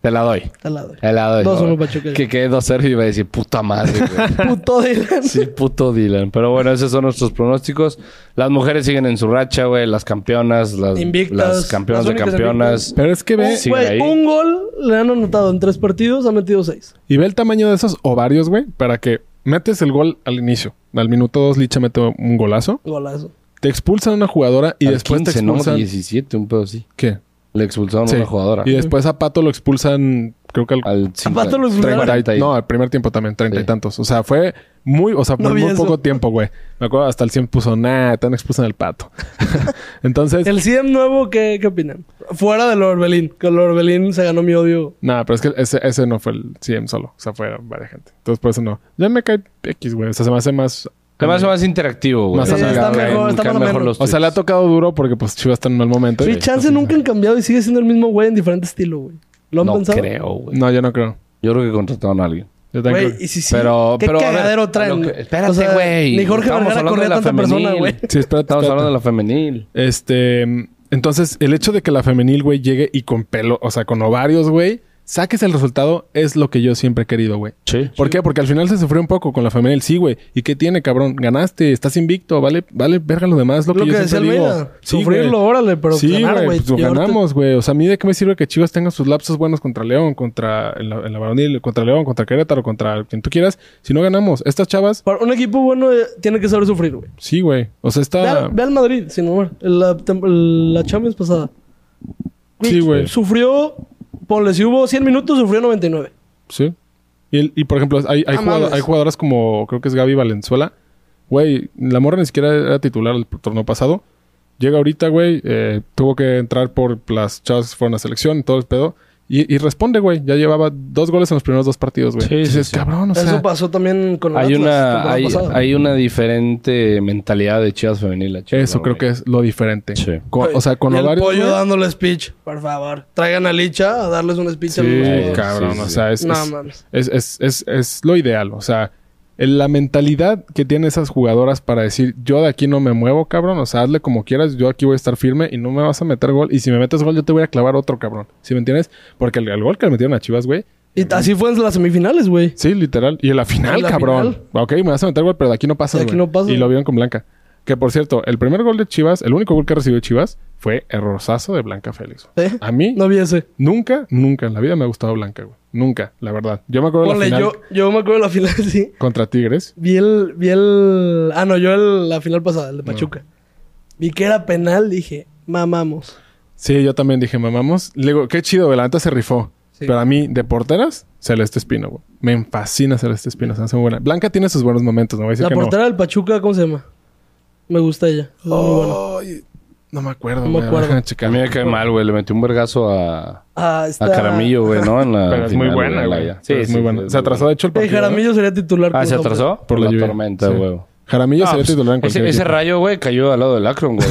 Te la doy. Te la doy. Te la doy. 2-1 güey. Pachuca. Que quede 2-0 y iba a decir puta madre, güey. Puto Dylan. Sí, puto Dylan. Pero bueno, esos son nuestros pronósticos. Las mujeres siguen en su racha, güey. Las campeonas, las, Invictas. las campeonas Las de únicas campeonas. Pero es que ve... Sí. Güey, ahí. un gol le han anotado en tres partidos, ha metido seis. Y ve el tamaño de esos ovarios, güey, para que metes el gol al inicio. Al minuto 2 Licha mete un golazo. Golazo. Te expulsan a una jugadora y Al después 15, te ¿no? expulsan... 17, un pedo así. ¿Qué? Le expulsaron Sí. a una jugadora. Y después a Pato lo expulsan, creo que al Al Zapato 50, los 40 30 y- y- no, el primer tiempo también, treinta Sí. y tantos. O sea, fue muy, o sea, fue No vi muy eso. poco tiempo, güey. Me acuerdo hasta el 100 puso, nah, tan expulsan el pato. Entonces, El CM nuevo, ¿qué, qué opinan? Fuera del Orbelín, que el Orbelín se ganó mi odio. nada, pero es que ese, ese no fue el CM solo. O sea, fue varias gente. Entonces, por eso no. Ya me cae X, güey. O sea, se me hace más. Además, es más interactivo, güey. Más O sea, amigable. caen- Está mejor, está caen más o mejor menos. los O sea, le ha tweets. tocado duro porque pues Chivas está en un mal momento. Sí, chance nunca han cambiado y sigue siendo el mismo güey en diferente estilo, güey. ¿Lo han No pensado? creo, güey. No, yo no creo. Yo creo que contrataron a alguien. Yo también Güey, creo. y si sí, Pero- ¿qué pero, a ver, cagadero a traen? lo que- güey? espérate, O sea, güey. Ni Jorge Estamos Vergara hablando corría de la tanta persona, femenil. güey. Sí, espérate. Estamos espérate. hablando de la femenil. Este. Entonces, el hecho de que la femenil, güey, llegue y con pelo, o sea, con ovarios, güey, saques el resultado, es lo que yo siempre he querido, güey. Sí. ¿Por qué? Porque al final se sufrió un poco con la femenil. Sí, güey. ¿Y qué tiene, cabrón? Ganaste, estás invicto, vale, vale, verga lo demás, lo, Lo que, que yo decía siempre digo. Almeida. Sí, güey. Sufrirlo, órale, pero sí, ganar, güey. güey. Pues lo Y ahorita- ganamos, güey. O sea, a mí de qué me sirve que Chivas tenga sus lapsos buenos contra León, contra en la, en la varonil, contra León, contra Querétaro, contra quien tú quieras. Si no ganamos, estas chavas, Para un equipo bueno eh, tiene que saber sufrir, güey. sí, güey. O sea, Ve, está. al- ve al Madrid, sin mamar. La, tem- la Champions pasada. Sí, güey. Sufrió, ponle, si hubo 100 minutos, sufrió 99. Sí. Y, el- y, por ejemplo, hay, Ah, hay, jugado- mames. hay jugadoras como creo que es Gaby Valenzuela. Güey, la morra ni siquiera era titular el torneo pasado. Llega ahorita, güey. eh, tuvo que entrar por las chavas que fueron a selección y todo el pedo. Y, y responde, güey. Ya llevaba dos goles en los primeros dos partidos, güey. Sí, Sí, sí, dices, sí. cabrón, o sea. Eso pasó también con el Hay Atlas la una, temporada hay, pasada. hay una diferente mentalidad de Chivas femenil. a Chivas, Eso creo güey. que es lo diferente. Sí. Con- o sea, con Y el ovarios. pollo güey, dándole speech, por favor. Traigan a Licha a darles un speech. a Sí, los Ay, jugadores. cabrón, Sí, sí, o sí. sea, es, No, es- mames. es, es- es- es lo ideal. O sea, el- la mentalidad que tienen esas jugadoras para decir, yo de aquí no me muevo, cabrón. O sea, hazle como quieras, yo aquí voy a estar firme y no me vas a meter gol. Y si me metes gol, yo te voy a clavar otro, cabrón. ¿Sí me entiendes? Porque el, el gol que le metieron a Chivas, güey. Y así fue en las semifinales, güey. Sí, literal. Y en la final, En la cabrón. Ok, me vas a meter gol, pero de aquí no pasa. De aquí no pasas. Y lo vieron con Blanca. Que por cierto, el primer gol de Chivas, el único gol que recibió Chivas fue errorazo de Blanca Félix. ¿Eh? A mí No vi ese. Nunca, nunca en la vida me ha gustado Blanca, güey. Nunca, la verdad. Yo me acuerdo de la Ponle, final yo, yo me acuerdo de la final, sí. contra Tigres. Vi el, vi el. Ah, no, yo el- la final pasada, el de Pachuca. Vi que era penal, dije, mamamos. Sí, yo también dije, mamamos. Le digo, qué chido, güey. La neta se rifó. Sí. Pero a mí, de porteras, Celeste Espino, güey. Me fascina Celeste Espino. Se me hace muy buena. Blanca tiene sus buenos momentos, no voy a decir La que portera del Pachuca, ¿cómo se llama? Me gusta ella. Es no. muy buena. Ay, no me acuerdo, Oh. No me güey. acuerdo. Déjame A checar. mí me cae mal, güey. Le metí un vergazo a, Ah, está. a Caramillo, güey, ¿no? En la Pero es final, muy güey, buena, en la güey. ya. Sí, es muy buena. es se atrasó, de hecho, el Eh, partido. ¿no? Jaramillo sería titular. Ah, con ¿se Tonka. atrasó? Por Por la la lluvia, tormenta, sí. güey. Ah, Jaramillo sería pues, titular en cualquier ese, ese equipo. rayo, güey, cayó al lado del Akron, güey.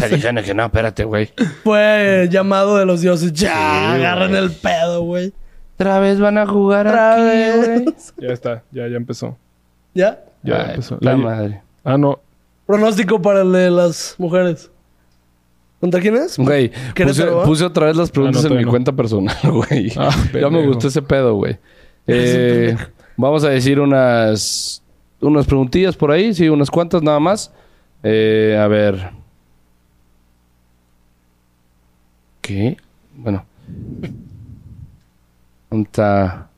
Se dicen que no, espérate, güey. Fue llamado de los dioses. Ya, Sí, agarren güey. el pedo, güey. Otra vez van a jugar Otra aquí, vez. güey. Ya está, ya, ya empezó. ¿Ya? Ya Ay, empezó. puta pues, La- madre. Ah, no. Pronóstico para el de las mujeres. ¿Contra quién es? Güey, puse, Querétaro, ¿va? puse otra vez las preguntas Ah, no, en mi todavía no. cuenta personal, güey. Ah, ya me pendejo. gustó ese pedo, güey. Eres un Eh, vamos a decir unas, unas preguntillas por ahí, sí, unas cuantas nada más. Eh, a ver. ¿Qué? Bueno. Está.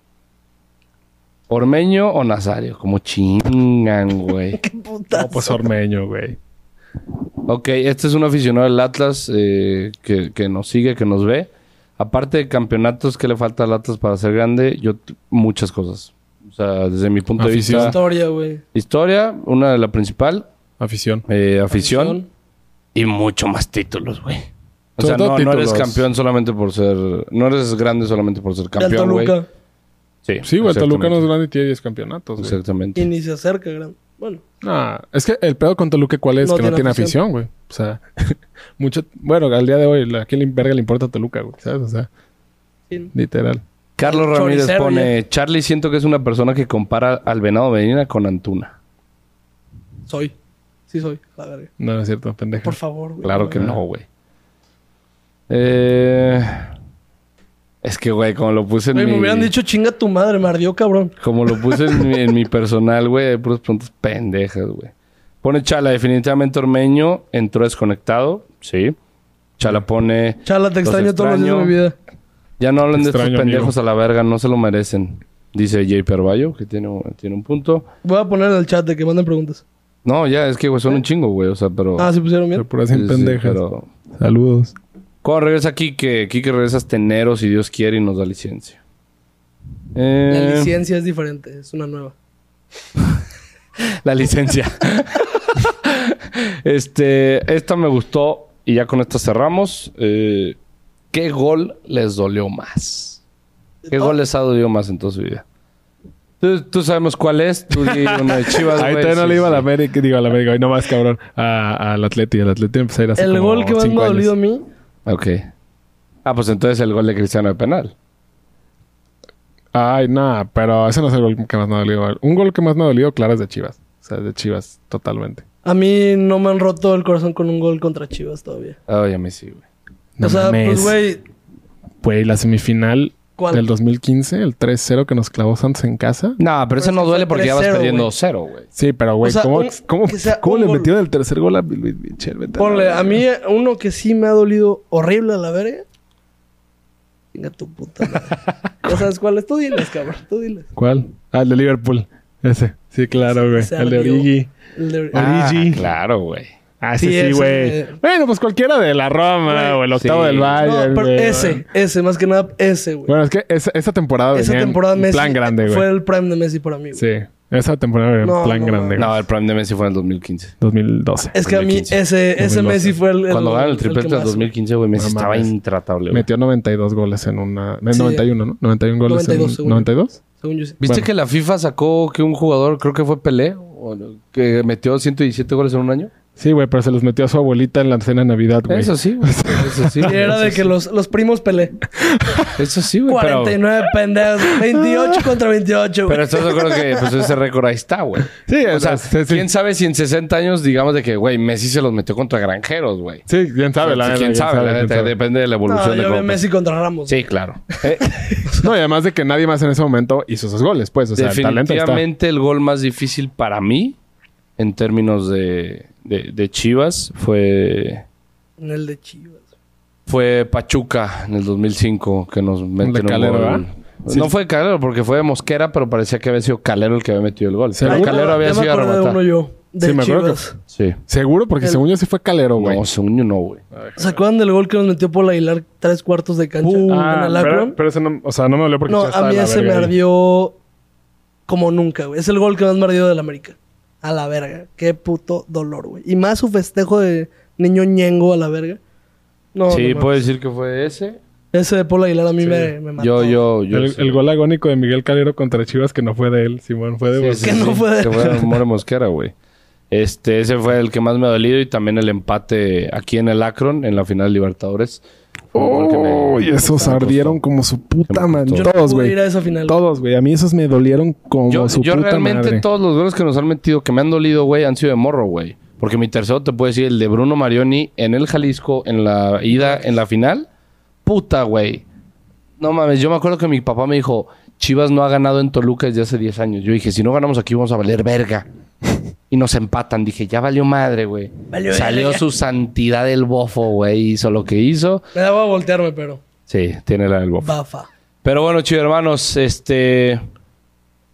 ¿Ormeño o Nazario? Como chingan, güey. ¿Qué putas? No, pues Ormeño, güey. Ok, este es un aficionado del Atlas eh, que, que nos sigue, que nos ve. Aparte de campeonatos, ¿qué le falta al Atlas para ser grande? Yo, t- muchas cosas. O sea, desde mi punto Afición. de vista, Historia, güey. historia, una de la principal, Afición. eh, afición, y mucho más títulos, güey. O Sobre sea, todo no, no eres títulos. campeón solamente por ser. No eres grande solamente por ser Del campeón, güey. Toluca. Sí, güey, el Toluca no es Pues exactamente. Pues grande y tiene 10 campeonatos, güey. Y Exactamente. ni se acerca, gran. Bueno, Ah, es que el pedo con Toluca, ¿cuál es? No que no tiene tiene afición. afición, güey. O sea, mucho. Bueno, al día de hoy, ¿a quién le- verga le importa Toluca, güey? ¿Sabes? O sea, sí. literal. Carlos El Ramírez choricero, pone: Charlie, siento que es una persona que compara al venado Medina con Antuna. soy. Sí, soy. La verga. No, no es cierto, pendeja. Por favor, güey. Claro que no, güey. Eh, es que, güey, como lo puse en Güey, mi... me hubieran dicho chinga tu madre, me ardió, cabrón. Como lo puse en, mi, en mi personal, güey, hay puras preguntas pendejas, güey. Pone Chala, definitivamente Ormeño entró desconectado, sí. Chala pone, Chala, te Los extraño todos los días de extraño. mi vida. ya no hablen de estos Extraño, pendejos a la verga, no se lo merecen. Dice J. Perballo, que tiene, un- tiene un punto. Voy a poner en el chat de que manden preguntas. No, ya, es que, güey, son un chingo, güey, o sea, pero... Ah, ¿se pusieron Pero bien? por Sí, así sí, pendejas. pero- Saludos. Cuando regresa Kike, Kike regresa hasta enero, si Dios quiere, y nos da licencia. La Eh, licencia es diferente, es una nueva. la licencia. este, esta me gustó y ya con esta cerramos. Eh, ¿Qué gol les dolió más? ¿Qué gol les ha dolido más en toda su vida? Tú, tú sabemos cuál es. Tú di uno de Pues, Chivas. Ahí güey, todavía no sí, le iba a la sí. América, digo, a la América, hoy no más, cabrón. A- Al Atleti, al Atleti empecé a ir hace El como gol que más me cinco ha años. dolido a mí, Ok. Ah, pues entonces el gol de Cristiano de penal. Ay, nada, pero ese no es el gol que más me ha dolido. Un gol que más me ha dolido, claro, es de Chivas. O sea, es de Chivas, totalmente. a mí no me han roto el corazón con un gol contra Chivas todavía. Ay, a mí sí, güey. No o sea, mames. pues, güey, Güey, la semifinal ¿Cuál? del 2015, el 3-0 que nos clavó Santos en casa. No, pero ese Pero no fue duele porque ya vas 3-0, perdiendo güey. 0, güey. Sí, pero güey, O sea, ¿cómo, un- cómo- que sea cómo un le gol. metieron el tercer gol a Luis Mitchell? Vete a la Ponle, a verga. mí uno que sí me ha dolido horrible a la verga. Venga tu puta madre. Ya sabes cuál es. Tú diles, cabrón. Tú diles. ¿Cuál? Ah, el de Liverpool. Ese. Sí, claro, güey. Se el de ardió. Origi. El de- Ah, Origi. claro, güey. Ah, Sí, sí, sí, ese, güey. eh. Bueno, pues cualquiera de la Roma Güey, o el octavo sí. del Bayern. no, pero güey. ese, ese, más que nada ese, güey. Bueno, es que esa, esa temporada Esa venía en temporada Messi plan grande, güey. fue el prime de Messi para mí. güey. Sí. Esa temporada venía en No, plan no, grande, güey. No, el Prime de Messi fue en el 2015. 2012. Es que a mí 2015. ese, ese 2012. Messi fue el. el- Cuando gana el que triplete del más- 2015, güey, Messi No estaba mames. intratable, güey. Metió 92 goles en una... en Sí. 91, ¿no? 91 goles 92 en... seguro. 92. Según yo sí. ¿Viste Bueno. que la FIFA sacó que un jugador, creo que fue Pelé, o no, que metió 117 goles en un año? Sí, güey, pero se los metió a su abuelita en la cena de Navidad, güey. Eso sí, güey. Eso sí. Y era de que los, los primos Pelé. Eso sí, güey. Pero, 49 pendejos. 28 contra 28, güey. pero estás de acuerdo que pues, ese récord ahí está, güey. Sí, O sea, sí, sí. quién sabe si en 60 años, digamos, de que, güey, Messi se los metió contra granjeros, güey. Sí, quién sabe, la neta, ¿Quién sabe? la quién neta, Eh, sabe. Depende de la No, evolución de yo vi a cómo- Messi contra Ramos. Sí, claro. No, y además de que nadie más en ese momento hizo esos goles, pues. O sea, el talento está. Definitivamente el gol más difícil para mí, en términos de, de- de Chivas, fue, En el de Chivas. fue Pachuca en el 2005, que nos de metió un Calero, gol. ¿verdad? No fue de Calero, porque fue de Mosquera, pero parecía que había sido Calero el que había metido el gol. Sí. Pero Seguro, Calero había ya me sido a acordé de uno rematar. yo. De Sí, me acuerdo que- Chivas. Sí. Seguro, porque El- según yo sí fue Calero, güey. No, según yo no, güey. ¿Se acuerdan del gol que nos metió Paul Aguilar tres cuartos de cancha Uh, en ah, el pero, Akron? pero ese no, o sea, no me dolió porque No, ya estaba a mí la ese me verga ahí. ardió como nunca, güey. Es el gol que más me ardió del América. A la verga. Qué puto dolor, güey. Y más su festejo de niño ñengo a la verga. No, sí, pues. no mames. puedo decir que fue ese. Ese de Paul Aguilar a mí me, me mató. Yo, yo, yo. El, sí. el gol agónico de Miguel Calero contra Chivas que no fue de él, Simón, fue de Sí, vos. sí, Que sí. no fue de- Que fue de More Mosquera, güey. Este, ese fue el que más me ha dolido y también el empate aquí en el Akron, en la final de Libertadores. Fue un gol que me- Uy, esos me costó. ardieron como su Que puta me man. costó. Yo no Todos, pude güey. ir a esa final. Todos, güey. A mí esos me dolieron como Yo, su yo puta realmente madre. todos los goles que nos han metido, que me han dolido, güey, han sido de morro, güey. Porque mi tercero te puedo decir el de Bruno Marioni en el Jalisco, en la ida, en la final. Puta, güey. No mames, yo me acuerdo que mi papá me dijo, Chivas no ha ganado en Toluca desde hace 10 años. Yo dije, si no ganamos aquí vamos a valer verga. Y nos empatan. Dije, ya valió madre, güey. Valió Salió verga. su santidad del bofo, güey. Hizo lo que hizo. Me daba a voltearme, pero. Sí, tiene la del bofo. Bafa. Pero bueno, chicos hermanos, este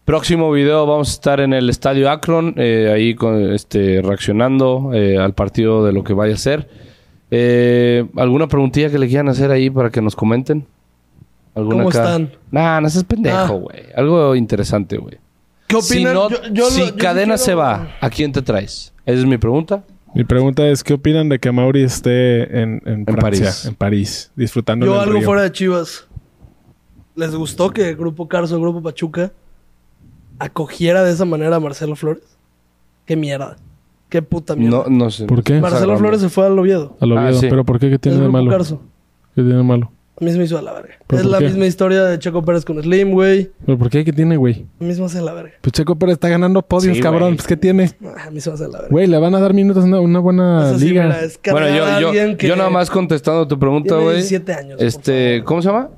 próximo video vamos a estar en el Estadio Akron, eh, ahí con, este, reaccionando eh, al partido de lo que vaya a ser. Eh, ¿Alguna preguntilla que le quieran hacer ahí para que nos comenten? ¿Alguna ¿Cómo están? Nah, no seas Ah. pendejo, güey. Algo interesante, güey. ¿Qué Si, opinan? no- Yo- yo si lo- yo sí cadena se quiero- va, ¿a quién te traes? Esa es mi pregunta. Mi pregunta es, ¿qué opinan de que Mauri esté en, en, Francia, París. en París, disfrutando Yo del algo río? fuera de Chivas. ¿Les gustó que el Grupo Carso, el Grupo Pachuca, acogiera de esa manera a Marcelo Flores? Qué mierda. Qué puta No, mierda. no sé. ¿Por qué? Marcelo Flores se fue al Oviedo. A lo Ah, Oviedo. sí. Pero ¿por qué? ¿Qué tiene Es de Grupo malo? Carso. ¿Qué tiene de malo? A mí se me hizo de la verga. Es ¿Pero por la qué? misma historia de Checo Pérez con Slim, güey. ¿Pero por qué? ¿Qué tiene, güey? A mí se me hace de la verga. Pues Checo Pérez está ganando podios, Sí, cabrón. güey. Pues ¿qué tiene? Ah, A mí se me hace de la verga. Güey, le van a dar minutos a una, una buena Eso sí, liga. mira, es cargar Bueno, a yo, yo, alguien que yo nada más contestando tu pregunta, tiene güey. 17 años, por Este, favor. ¿cómo se llama?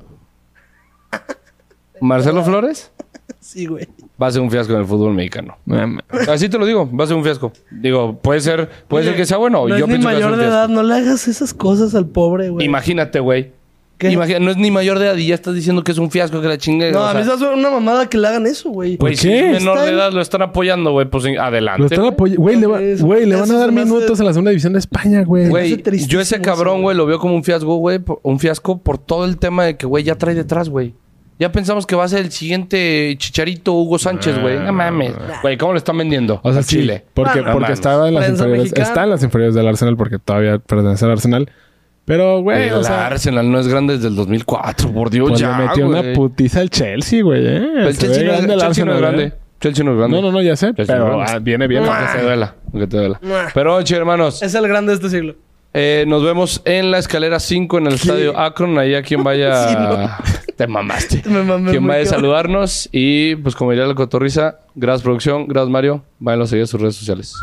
Marcelo Flores Sí, güey. va a ser un fiasco en el fútbol mexicano. No, ma- Así te lo digo, va a ser un fiasco. Digo, puede ser, puede ser que sea No bueno. Yo es ni pienso que va a ser mayor un de fiasco. edad. No le hagas esas cosas al pobre, güey. Imagínate, güey. ¿Qué? Imagina- no es ni mayor de edad y ya estás diciendo que es un fiasco, que la chingue. No, o a mí sea, Pues- se me hace una mamada que le hagan eso, güey. güey, ¿Por si es qué? menor de Están- edad lo están apoyando, güey, pues en- adelante. Lo están güey. apoyando. Güey, le, va- Entonces, güey, le van a eso dar se me hace- minutos a la segunda división de España, güey. me Güey, hace tristísimo yo ese eso, cabrón, güey. güey, lo veo como un fiasco, güey. por- Un fiasco por todo el tema de que, güey, ya trae detrás, güey. Ya pensamos que va a ser el siguiente chicharito Hugo Sánchez, Ah, güey. No mames. Güey, ¿cómo lo están vendiendo? O sea, A sí, Chile. Porque, No porque mames. estaba en las Ah, Prensa inferiores. mexicana. Está en las inferiores del Arsenal porque todavía pertenece al Arsenal. Pero, güey, El o sea, Arsenal no es grande desde el 2004, por Dios, pues ya, le metió güey. una putiza al Chelsea, güey. eh. Pero el Se Chelsea ve no es grande el Chelsea no es Arsenal, grande. eh. Chelsea no es grande. No, no, no, ya sé. Chelsea no Pero es grande. ah, viene bien. Aunque te duela, aunque te duela. Mua. Pero, che, hermanos, Es el grande de este siglo. eh, nos vemos en la escalera 5 en el estadio Akron. Ahí a quien vaya. Sí, no. Te mamaste. Me mamé quien muy vaya a cabrón. saludarnos. Y pues, como diría la cotorriza, gracias, producción. Gracias, Mario. Vayan a seguir a sus redes sociales.